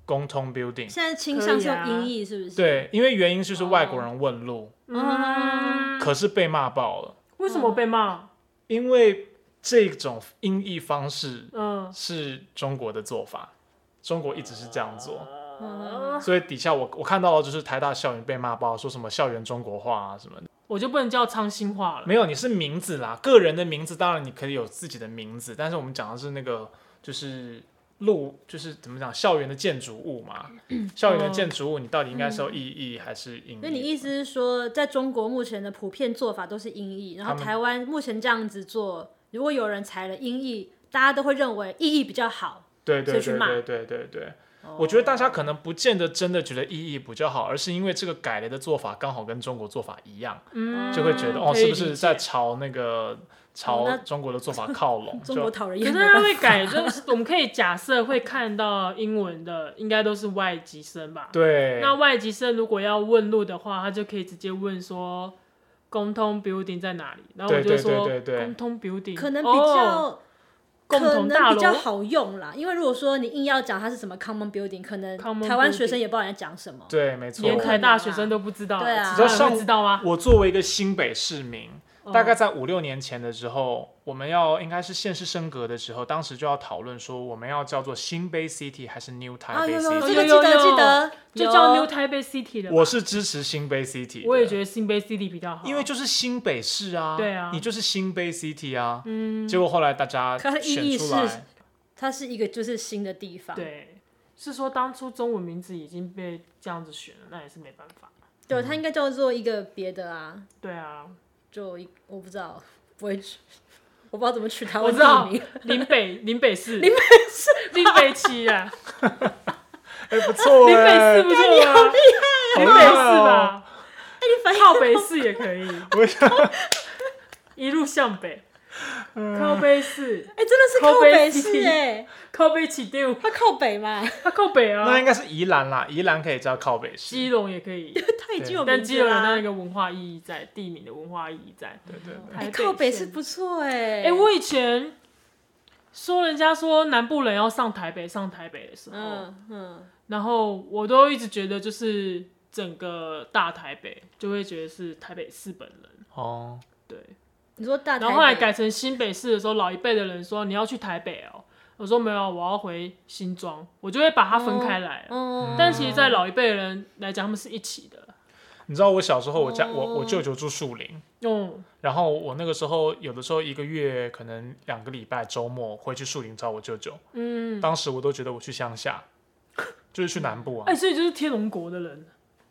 公通 building。
现在倾向是
可
用
以啊
音译，是不是？，
对，因为原因就是外国人问路，
嗯，
可是被骂爆了，
为什么被骂？
因为这种音译方式
嗯，
是中国的做法，中国一直是这样做。
嗯
所以底下我我看到的就是台大校园被骂爆，说什么校园中国化啊什么的。
我就不能叫苍心话了。
没有，你是名字啦，个人的名字当然你可以有自己的名字，但是我们讲的是那个就是路，就是怎么讲校园的建筑物嘛，
嗯
校园的建筑物你到底应该是要意义还是音
哦所以你
译？
意思是说，在中国目前的普遍做法都是音译，然后
他们
台湾目前这样子做，如果有人采了音译，大家都会认为意义比较好。
对对
所以去
对
骂
对对对对。我觉得大家可能不见得真的觉得意义比较好，而是因为这个改了的做法刚好跟中国做法一样，
嗯，
就会觉得哦，
可
是
以理
不
解
是在？朝那个朝
哦那
中国的做法 靠拢？
中国
就
讨人
可
厌
是
的
他
吧，
会改，就是我们可以假设会看到英文的，应该都是外籍生吧？
对，
那外籍生如果要问路的话，他就可以直接问说公通 building 在哪里，然后我
对
就
对
说
对对对
公通 building
可能比
哦
较。
共
可
同大
能
楼
比较好用啦，因为如果说你硬要讲它是什么 common building，可能
Common
台湾学
building
生也不知道你在讲什么。
对，没错。
连台大学生都不知道，
对啊
其他人会知道吗？
我作为一个新北市民，
嗯
大概在五六年前的时候，我们要应该是县市升格的时候，当时就要讨论说我们要叫做新 Bay City 还是 New
啊，
Taipei
有有
City。
这个记
有
得
有
记得，
就
有
叫 New Taipei City 了吧。
我是支持新 Bay City，的
我也觉得新北 City 比较好，
因为就是新北市啊，
对啊
你就是新 Bay City 啊。嗯，结果后来大家
可它意
选
义
出
是
来，
它是一个就是新的地方。
对，是说当初中文名字已经被这样子选了，那也是没办法。
对，它应该叫做一个别的啊，
对啊，
就一我不知道，不会取，我不知道怎么取台
我
湾
知道
地名。
林北林 北市，林北市，林北区啊，
哎，不 错
林
哎，
北市不错啊，
好
林
厉
北
害
市
哦
吧，靠北市也可以，
我想嗯
一路向北，靠北市，
哎，真的是
靠
靠
北
北
地
市哎，
靠北起丢，
它靠北嘛，
它靠北
哦那应
啊，
该是宜兰啦，宜兰可以叫靠北市。
基隆也可以，
它已经
啊
有
但
名
基
字
隆有它那
啦。
个文化意义在，地名的文化意义在。
对对对，
台
哎，靠北是
县
不错哎。
哎、我以前说人家说南部人要上台北，上台北的时候，
嗯嗯，
然后我都一直觉得就是整个大台北就会觉得是台北市本人，
哦，
对。
你说大台北，
然后后来改成新北市的时候，老一辈的人说你要去台北哦、我说没有，我要回新庄，我就会把它分开来。
哦，
但其实，在老一辈的人来讲，他们是一起的。
你知道我小时候我家我
哦
我舅舅住树林，
嗯，
然后我那个时候有的时候一个月可能两个礼拜周末回去树林找我舅舅，嗯，当时我都觉得我去乡下，就是去南部啊
哎、，所以就是天龙国的人，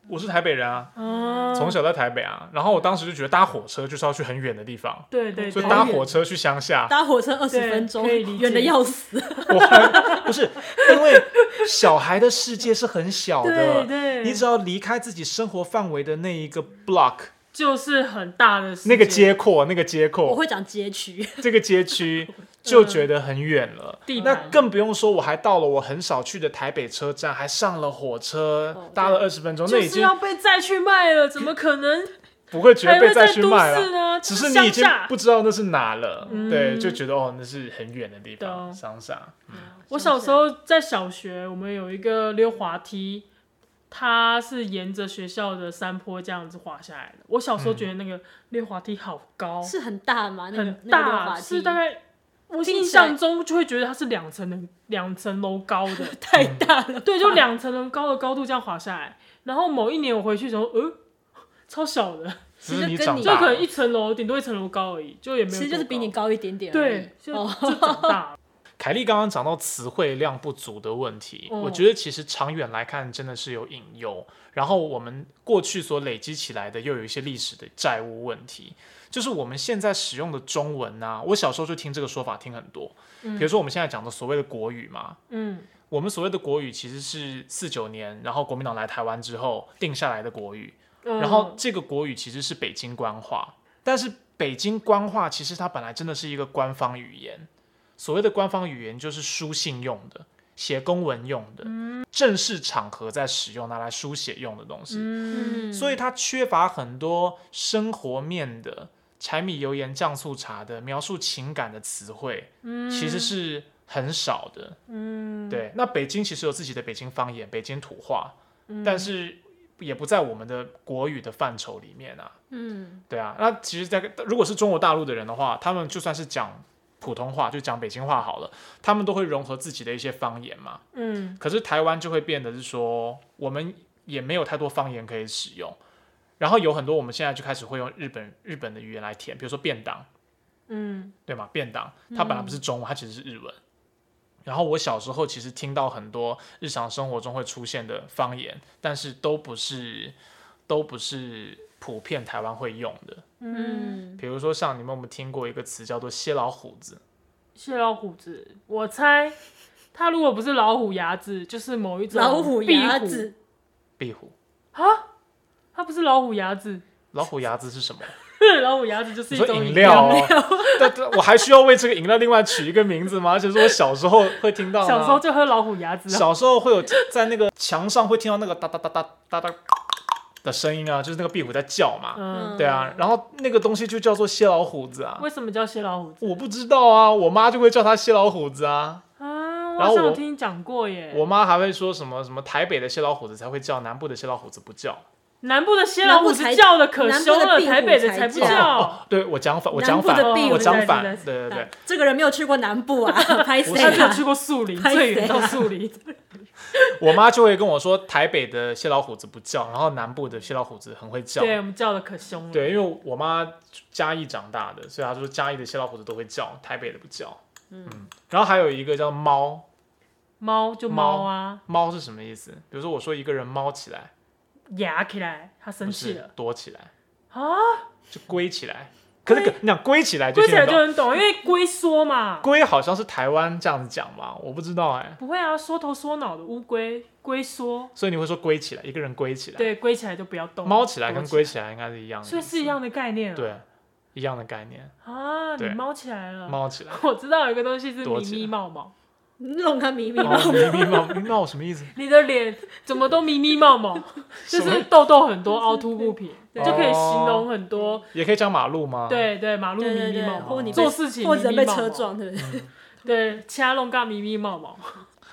我是台北人啊，
哦
从小在台北啊，然后我当时就觉得搭火车就是要去很远的地方，
对对
所
对，
以搭
好远
火车去乡下，
搭火车二十
对
分钟
可以理，解哦
远的要死。
我还不是因为小孩的世界是很小
对
的，
对，
你只要离开自己生活范围的那一个 block，
就是很大的世
那个
界
街廓，那个街
我
廓，
会讲街区，
这个街区就觉得很远了。
地
那
盘，
更不用说，我还到了我很少去的台北车站，还上了火车，搭了二十分钟，那
哦就
已
是
经
要被再去卖了，怎么 可能
不会觉
还
得被
会
再
在
去
都
卖了。
市呢？
只是
这
你已
乡
经
下嗯
不。知道那是哪了，对，就觉得哦，那是很远的地方，
懂
乡下。
我小时候在小学，我们有一个溜滑梯，它是沿着学校的山坡这样子滑下来的。我小时候觉得那个溜滑梯好高，
嗯是很大吗？那个
很
那个溜
大，
滑梯
是大概。我
听
印
起来
象中就会觉得它是两层的，两层楼高 的，
太大了，
对，就两层楼高的高度这样滑下来。然后某一年我回去的时候，呃，超小的，
只
其
是
实
你
跟
长
你
就
大
可
了
能，一层楼顶多一层楼高而已，就也没有多高。
其实就是比你高一点点而已。哦
对，就就长大了。
凯莉刚刚讲到词汇量不足的问题，
嗯
我觉得其实长远来看真的是有隐忧。然后我们过去所累积起来的又有一些历史的债务问题，就是我们现在使用的中文啊，我小时候就听这个说法听很多。比如说我们现在讲的所谓的国语嘛，
嗯，
我们所谓的国语其实是四九年，然后国民党来台湾之后定下来的国语。
然
然后这个国语其实是北京官话，但是北京官话其实它本来真的是一个官方语言，所谓的官方语言就是书信用的，写公文用的，正式场合在使用拿来书写用的东西。
嗯，
嗯，
所以它缺乏很多生活面的柴米油盐酱醋茶的描述情感的词汇，其实是很少的。嗯，对。那北京其实有自己的北京方言、北京土话，但是也不在我们的国语的范畴里面啊。
嗯，
对啊，那其实在，如果是中国大陆的人的话，他们就算是讲普通话，就讲北京话好了，他们都会融合自己的一些方言嘛。
嗯，
可是台湾就会变得是说，我们也没有太多方言可以使用，然后有很多我们现在就开始会用日本日本的语言来填，比如说便当，
嗯，
对吗？便当它本来不是中文，它其实是日文。然后我小时候其实听到很多日常生活中会出现的方言，但是都不是都不是普遍台湾会用的。
嗯，
比如说像你们有没有听过一个词叫做“蝎老虎子
蟹老虎子，我猜它如果不是老虎牙子，就是某一种
老虎牙
壁虎
子，”？
壁虎，
啊，它不是老虎牙子，
老虎牙子是什么？
老虎牙子就是
你
一
说
种
饮
料，
哦， 但但我还需要为这个饮料另外取一个名字吗？而且是我小时候会听到吗，啊
小时候就喝老虎牙子啊，
哦小时候会有在那个墙上会听到那个哒哒哒哒哒哒的声音啊，就是那个壁虎在叫嘛，
嗯，
对啊，然后那个东西就叫做蝎老虎子啊，
为什么叫蟹老虎子
我不知道啊，我妈就会叫它蝎老虎子啊，
啊？我
然后
好像有
我
听你讲过耶，
我妈还会说什么什么台北的蝎老虎子才会叫，南部的蝎老虎子不叫。
南部的蝎老虎
南部才
是叫的可
南部
凶
的
了，
壁虎
台北的才
才
不
叫
叫。
对我讲反，我
南
讲
部
反
的，壁虎
我讲
对
反，
对
对对对。
这个人没有去过南部啊， 拍谁
他只有
啊？
去过树林，
拍谁
最
啊
远到树林。
我妈就会跟我说，台北的蟹老虎子不叫，然后南部的蟹老虎子很会叫。
对我们叫的可凶了。
对，因为我妈嘉义长大的，所以她说嘉义的蟹老虎子都会叫，台北的不叫。嗯，然后还有一个叫猫，
猫就猫啊，
猫是什么意思？比如说我说一个人猫起来，
牙起来，它生
不
气
是
了
躲起来，
啊，
就归起来。可是你讲归起来就
归起
听
来
得
就
懂，
能懂，因为龟缩嘛。
归好像是台湾这样子讲吧，我不知道哎、
不会啊，缩头缩脑的乌龟，龟缩，
所以你会说归起来，一个人归起来，
对，龟起来就不要动。
啊猫起来跟
躲
归，起来应该是一样的，
所以是一，样的概念啊。
对，一样的概念，
啊，你
对
猫起来了。
猫起来。
我知道有一个东西是
躲
迷
起来
迷冒冒，
弄他迷迷
哦，
毛，
迷迷冒迷冒什么意思？
你的脸怎么都迷迷冒 冒，就
什
是
么哦
痘痘很 多、凹凸不平，
对
就可以形容很多。
也可以讲马路吗？，
对对，马路
对
迷
对
迷
对
冒，
或
冒，
你被
做事情
或者
迷
被
迷冒
车
冒，
撞，对不对？
对，掐弄嘎迷迷冒冒。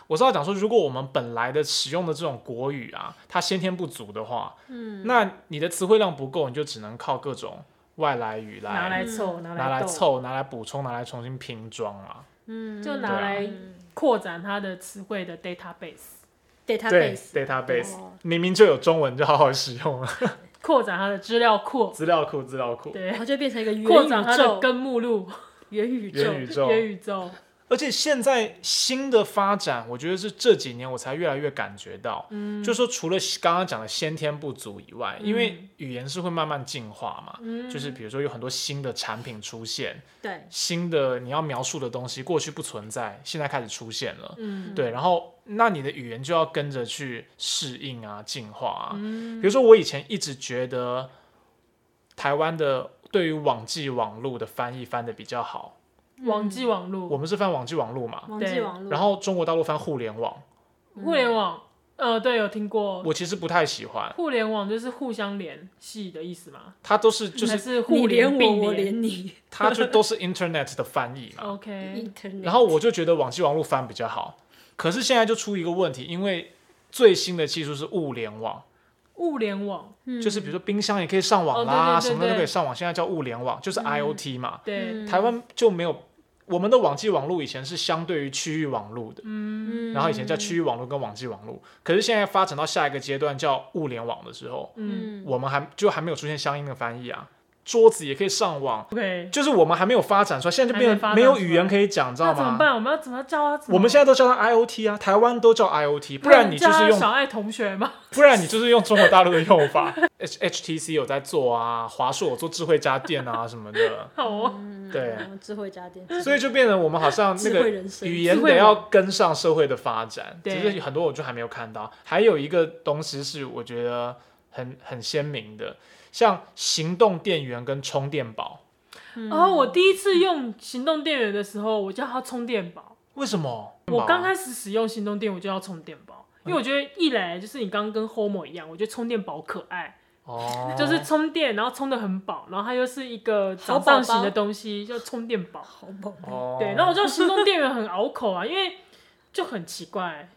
我是要讲说，如果我们本来的使用的这种国语啊，它先天不足的话，
嗯，
那你的词汇量不够，你就只能靠各种外来语来
拿来
嗯
凑，拿
拿来
斗，
凑、拿来补充、拿来重新拼装啊。
嗯，
就拿
对啊
来扩展它的词汇的 database，
对
database，
，database
哦
明明就有中文，就好好使用啊。
扩展它的资料库，
资料库，资料库，
对
然，后就变成一个元
扩展它
宇
的
宙，
根目录，
元宇宙，
元宇宙。
元宇宙，
而且现在新的发展，我觉得是这几年我才越来越感觉到，嗯，就说除了刚刚讲的先天不足以外，因为语言是会慢慢进化嘛，
嗯，
就是比如说有很多新的产品出现，
对，
新的你要描述的东西过去不存在，现在开始出现了，
嗯，
对，然后那你的语言就要跟着去适应啊，进化啊。
嗯
比如说我以前一直觉得台湾的对于网际网路的翻译翻的比较好，
嗯
网际网路
我，们是翻网际网路嘛，
网际网络，
然后中国大陆翻互联网，
嗯
互联网，呃，对，有听过，
我其实不太喜欢，
互联网就是互相联系的意思嘛，
它都 是就
还
是
是
你
互
连啊
联
我，
并
我
联
连你
它就都是 Internet 的翻译嘛。
，OK，
，internet，
然后我就觉得网际网络翻比较好，可是现在就出一个问题，因为最新的技术是物联网，
物联网，
就是比如说冰箱也可以上网
嗯哦
啦，
对对对嗯
什么的都可
对
以上网，现在叫物联网，就是 IOT 嘛。
嗯
对，嗯
台湾就没有我们的网际网络，以前是相对于区域网络的，
嗯，
然后以前叫区域网络跟网际网络，可是现在发展到下一个阶段叫物联网的时候，
嗯
我们还就还没有出现相应的翻译啊，桌子也可以上网，
，OK，
就是我们还没有发展出来，现在就变
还没发
成
展
没有
出
语
来
言可以讲，知道
那
吗？
怎么办？我们要怎么叫他？
我们现在都叫它 IOT 啊，台湾都叫 IOT，不然你就是
小
用，
爱同学嘛，
不然你就是用中国大陆的用法。H HTC 有在做啊，华硕有做智慧家电啊什么 的，
嗯
好哦，
对，
智慧家电，
所以就变成我们好像那
智慧
个
人生，
语
智
言
慧
得
网
要跟上社会的发展，
对
只是很多我就还没有看到。还有一个东西是我觉得很很鲜明的，像行动电源跟充电宝，
然后哦我第一次用行动电源的时候，我叫它充电宝。
为什么？
我刚开始使用行动电，我就要充电宝，
嗯
因为我觉得一来就是你刚刚跟 Homo 一样，我觉得充电宝可爱，
哦，
就是充电，然后充的很饱，然后它又是一个
好
掌
宝宝
上型的东西，叫充电宝。
好猛！啊
哦，
对，然后我就行动电源很拗口啊，因为就很奇怪。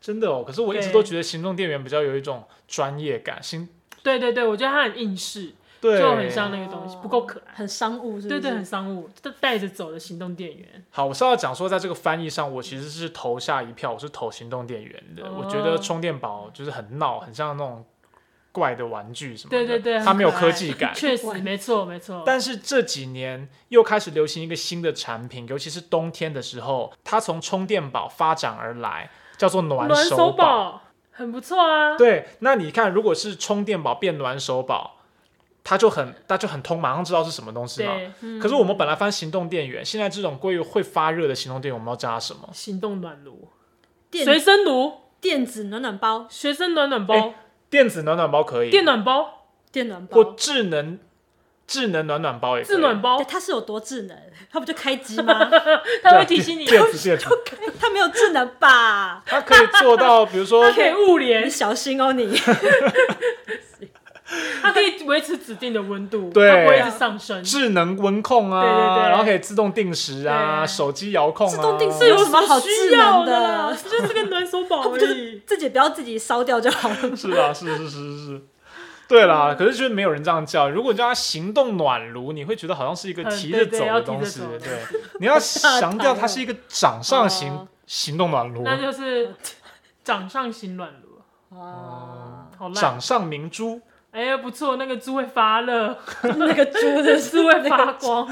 真的哦，可是我一直
对
都觉得行动电源比较有一种专业感，新
对对对，我觉得它很应试，
对
就很像那个东西不够可爱。
很商务是不
对
是？
对，很商务，就带着走的行动电源。
好，我是要讲说，在这个翻译上，我其实是投下一票，我是投行动电源的。我觉得
哦
充电宝就是很闹，很像那种怪的玩具什么的，
对对对，
它
很
没有
可
科
爱。
技感
确实没错没错。
但是这几年又开始流行一个新的产品，尤其是冬天的时候，它从充电宝发展而来，叫做暖
暖
宝。
手宝很不错啊。
对，那你看，如果是充电宝变暖手宝，它就很它就很通，马上知道是啊什么东西嘛。
对，
嗯
可是我们本来翻行动电源，现在这种归于会发热的行动电源，我们要加什么？
行动暖炉、随
电
身炉、
电子暖暖包，
学生暖暖包、
哎电子暖暖包可以，
电暖包、
电暖包
或，智能智能暖暖包也可以
自暖包
对，哎它是有多智能？它不就开机吗？
它会提醒你，
电子电子，
它没有智能吧？
它可以做到，比如说
它可以物
你
联，
小心哦你！
它可以维持指定的温度，
对
它不会一直上升。
智能温控啊，
对对对
然后可以自动定时啊，
对
手机遥控、啊，
自动定时
这有
有什么好
需
智能
要
的
的？就是这个暖手 宝而已。
自己不要自己烧掉就好了。
是啊，是是是是是。对
嗯
啦，可是就是没有人这样叫。如果你叫它行动暖炉，你会觉得好像是一个
嗯
提着
对
走
对
的
要提着
东西。
走的
对，你要强调它是一个掌上型
哦
行动暖炉，
那就是掌上型暖炉，
啊，
好烂。
掌上明珠。
哎呀，不错，那个猪会发热，
那个猪的 是
猪会发光。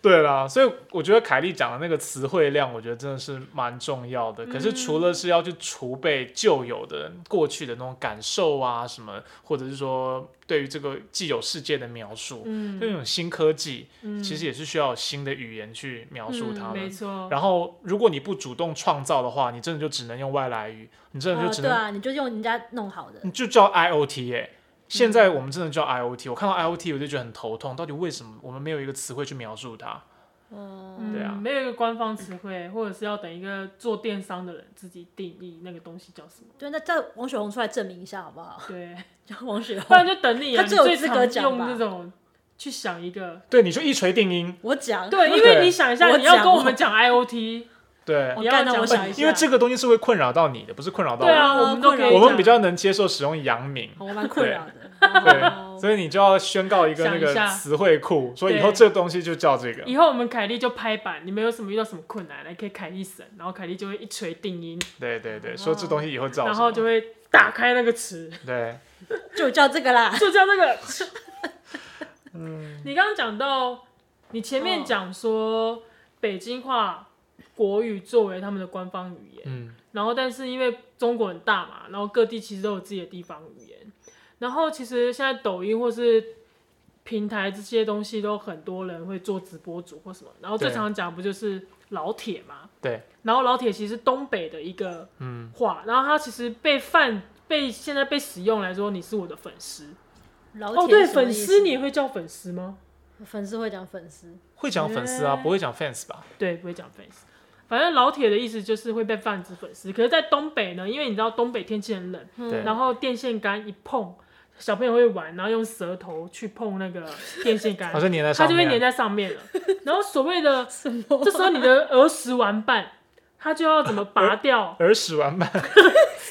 对啦，所以我觉得凯莉讲的那个词汇量，我觉得真的是蛮重要的。可
嗯
是除了是要去储备旧有的、过去的那种感受啊，什么，或者是说对于这个既有世界的描述，
嗯
这种新科技
嗯，
其实也是需要有新的语言去描述它
嗯
的。
没错。
然后，如果你不主动创造的话，你真的就只能用外来语，你真的就
啊，
只
对
呃
能，
啊，你就用人家弄好的。
你就叫 IOT 耶、
嗯
现在我们真的叫 IOT，我看到 IOT 我就觉得很头痛，到底为什么我们没有一个词汇去描述它？
嗯，
嗯，
对啊
没有一个官方词汇，或者是要等一个做电商的人自己定义那个东西叫什么。
对，那叫王雪红出来证明一下好不好？
对，
叫王雪
不然
红，
就等你啊，
他最有
你
资
最
格
常
讲吧
用这种去想一个。
对，你就一锤定音，
我讲，
对，因为你想一下，
我
你要
讲
跟我
哦
们讲 IOT，
对
我，
你要
干那
讲
我想一
一
下
因为这个东西是会困扰到你的，不是困扰到
对
我。
啊，我们都可以
对
讲。
我们比较能接受使用阳明，
我蛮困扰的。哦
对，所以你就要宣告一个那
想一
个
下
词汇库，说以
对
后这个东西就叫这个。
以后我们凯莉就拍板，你们有什么遇到什么困难，来可以凯莉审，然后凯莉就会一锤定音，
对对对，说这东西以后叫什么，
哦然后就会打开那个词，
对，
就叫这个啦。
就叫那个。
嗯
你刚刚讲到，你前面讲说北京话、国语作为他们的官方语言，
嗯，
然后但是因为中国很大嘛，然后各地其实都有自己的地方语言。然后其实现在抖音或是平台这些东西都很多人会做直播主或什么，然后最
对
常讲不就是老铁嘛？
对，
然后老铁其实是东北的一个
嗯
话，然后它其实被泛被现在被使用来说你是我的粉丝
老
哦，
铁
对，
什么
粉
意思
丝你也会叫粉丝吗？
粉丝会讲粉丝，
会讲粉丝啊，
对
不会讲 fans 吧？
对，不会讲 face。反正老铁的意思就是会被泛指粉丝，可是，在东北呢，因为你知道东北天气很冷，
对，
然后电线杆一碰，小朋友会玩，然后用舌头去碰那个电线 杆
好，像哦粘在
它
上
就会
面，啊
粘在上面了。然后所谓的
什么？
这时候你的儿时玩伴，他就要怎么拔掉
儿时玩伴，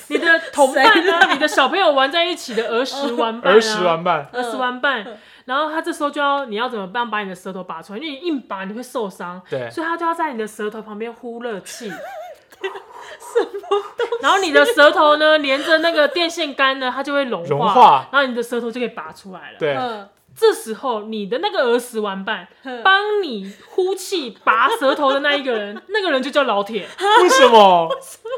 你的同伴啊，你的小朋友玩在一起的儿时玩伴、啊，
儿时玩伴，
儿时玩
嗯
伴，然后他这时候就要你要怎么办把你的舌头拔出来，因为你硬拔你会受伤，
对
所以他就要在你的舌头旁边呼热气， 什么然后你的舌头呢连着那个电线杆呢，它就会融化，
融化
然后你的舌头就可以拔出来了。，
对，
嗯，
这时候你的那个儿时玩 伴帮你呼气拔舌头的那一个人， 那个人就叫老铁，
为什么？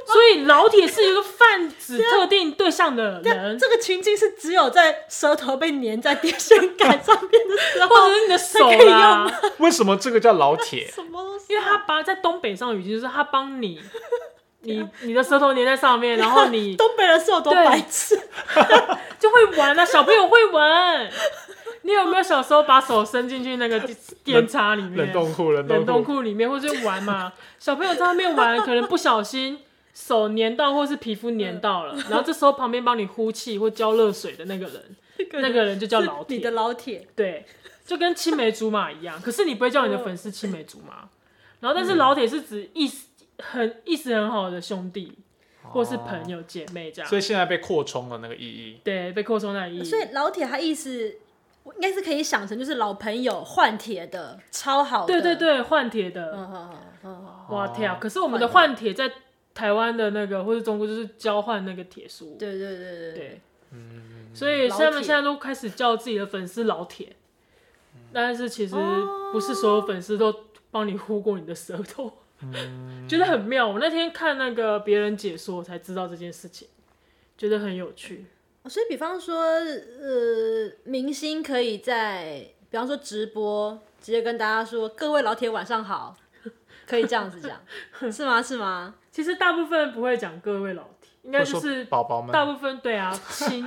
所以老铁是一个泛指特定对象的人。
这个情境是只有在舌头被粘在电线杆上面的时候
或者是你的手啊
可以用
啦
吗，
为什么这个叫老 铁？
什么东西
因为他把在东北上语境就是他帮 你，
啊
你你的舌头粘在上面，然后你
东北人是有多
对
白痴？
就会玩了、啊，小朋友会玩。你有没有小时候把手伸进去那 个电叉里面
冷？冻库，冷
冷冻
库，
库里面，或是玩嘛。小朋友在那边玩，可能不小心手粘到，或是皮肤粘到 了，然后这时候旁边帮你呼气或浇热水的那个人，那个人就叫老
你的
铁，
老铁，
对，就跟青梅竹马一样。可是你不会叫你的
嗯
粉丝青梅竹马，然后但是老铁是指意思很意思很好的兄弟或是朋友姐妹这样
哦所，以现在被扩充了那个意义。
对，被扩充在意义。
所以老铁他意思，我应该是可以想成就是老朋友换铁的，超好的。
对对，对，换铁的，
嗯嗯嗯嗯，
哇跳！
哦
可是我们的换铁在台湾的那个或者中国就是交换那个铁书，
对对对对
对，
嗯
所以
老
他们
铁
现在都开始叫自己的粉丝老铁，但是其实
哦
不是所有粉丝都帮你呼过你的舌头，
嗯
觉得很妙。我那天看那个别人解说才知道这件事情，觉得很有趣。
哦所以比方说，呃，明星可以在比方说直播直接跟大家说：“各位老铁晚上好。” 可以这样子 讲，是吗？是吗？
其实大部分不会讲各位老铁，应该
会
就
说
是
宝宝们
大，部分对啊， 亲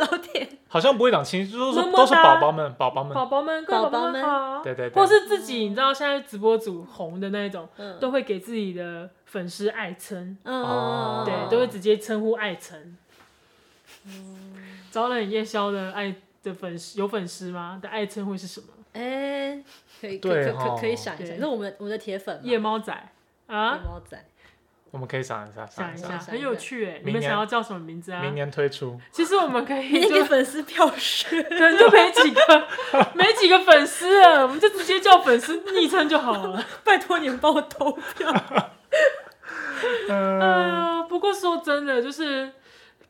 老铁，
好像不会讲亲，就是说
么么
都是
哒
宝宝们，宝宝
宝
们。
宝们，各位
宝
宝
宝
宝们
们
好，
对对对
或是自己你知道现在直播组红的那一种，
嗯
都会给自己的粉丝爱称。
嗯
哦
嗯，
对，
哦
都会直接称呼爱晨。
嗯
早冷夜宵的爱的粉丝有粉丝吗？的爱称会是什么？
哎，可以可
对
以可以可
吼
以可以想一
对
想，那我们我们的铁粉嘛
夜猫仔
夜
啊，
猫仔，
我们可以想一下，
想一
一
下，
下，
想
很
一
有
下
趣哎。你
明
们
年
想要叫什么名字啊
明？年推 出。
其实我们可以
明天给
就
粉丝票 选。
可能就没几个 没几个粉丝了，我们就直接叫粉丝昵称就好了。
拜托你们帮我投票。
嗯
呃，不过说真的，就是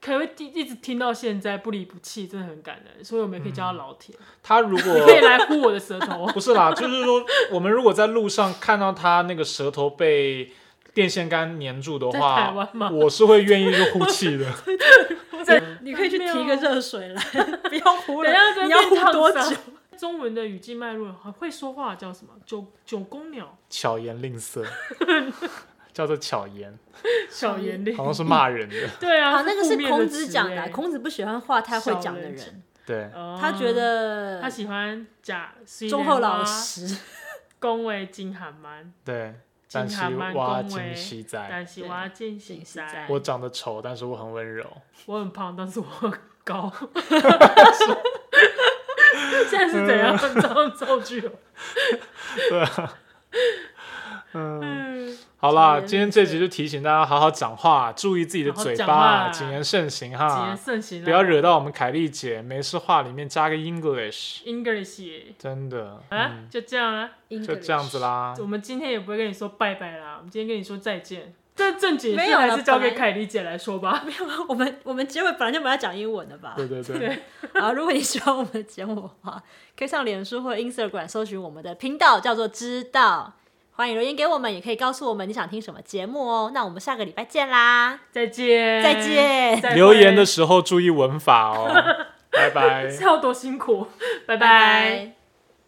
可会一一直听到现在不离不弃，真的很感人，所以我们也可以叫他老铁，
他如 果
可以来呼我的舌头。
不是啦，就是说，我们如果在路上看到他那个舌头被电线杆粘住的
在台
话
湾吗，
我是会愿意就呼气的。
嗯
你可以去提个热水 来，不要糊了
等一下。
你要
这边烫
糊多
伤
久？
中文的语境脉络会说话叫什么？九九公鸟，
巧言令色， 叫做巧言，
小言令
好。像是骂人 的。
对啊，
好，那个
负
是
面
孔
词
子讲的啊，
欸
孔子不喜欢话太会讲的
小
人，啊
对，
哦
他觉得
呃他喜欢假
忠厚老，实。
恭维金寒蛮，
对，
金
但是
寒蛮
挖
恭
金
维
西仔，
但是我进行在，
我长得丑，但是我很 温柔。
我很胖，但是我很高。 现在是怎样造造句哦？
对啊，嗯，
嗯，
好啦，
言
今天这集就提醒大家好好讲话，注意自己的
好好
嘴
讲
巴，
话
谨言慎行
谨言
哈，
慎行啊，
不要惹到我们凯丽姐。没事话里面加个 English，
English 耶
真的，
啊，就这样啊。
就这样子。啦。
我们今天也不会跟你说拜拜啦，我们今天跟你说再见。这正经
没
事
有
还
了
是交给
拜
凯莉姐来说吧。
我们我们结尾本来就本来讲英文的吧
对。对对，
好，如果你喜欢我们的节目的话，可以上脸书或 Instagram 搜寻我们的频道，叫做“知道”。欢迎留言给我们，也可以告诉我们你想听什么节目哦。那我们下个礼拜见啦，
再见，
再见。
再会
留 言的时候注意文法哦，拜拜。
是要多辛苦，拜
拜拜
拜。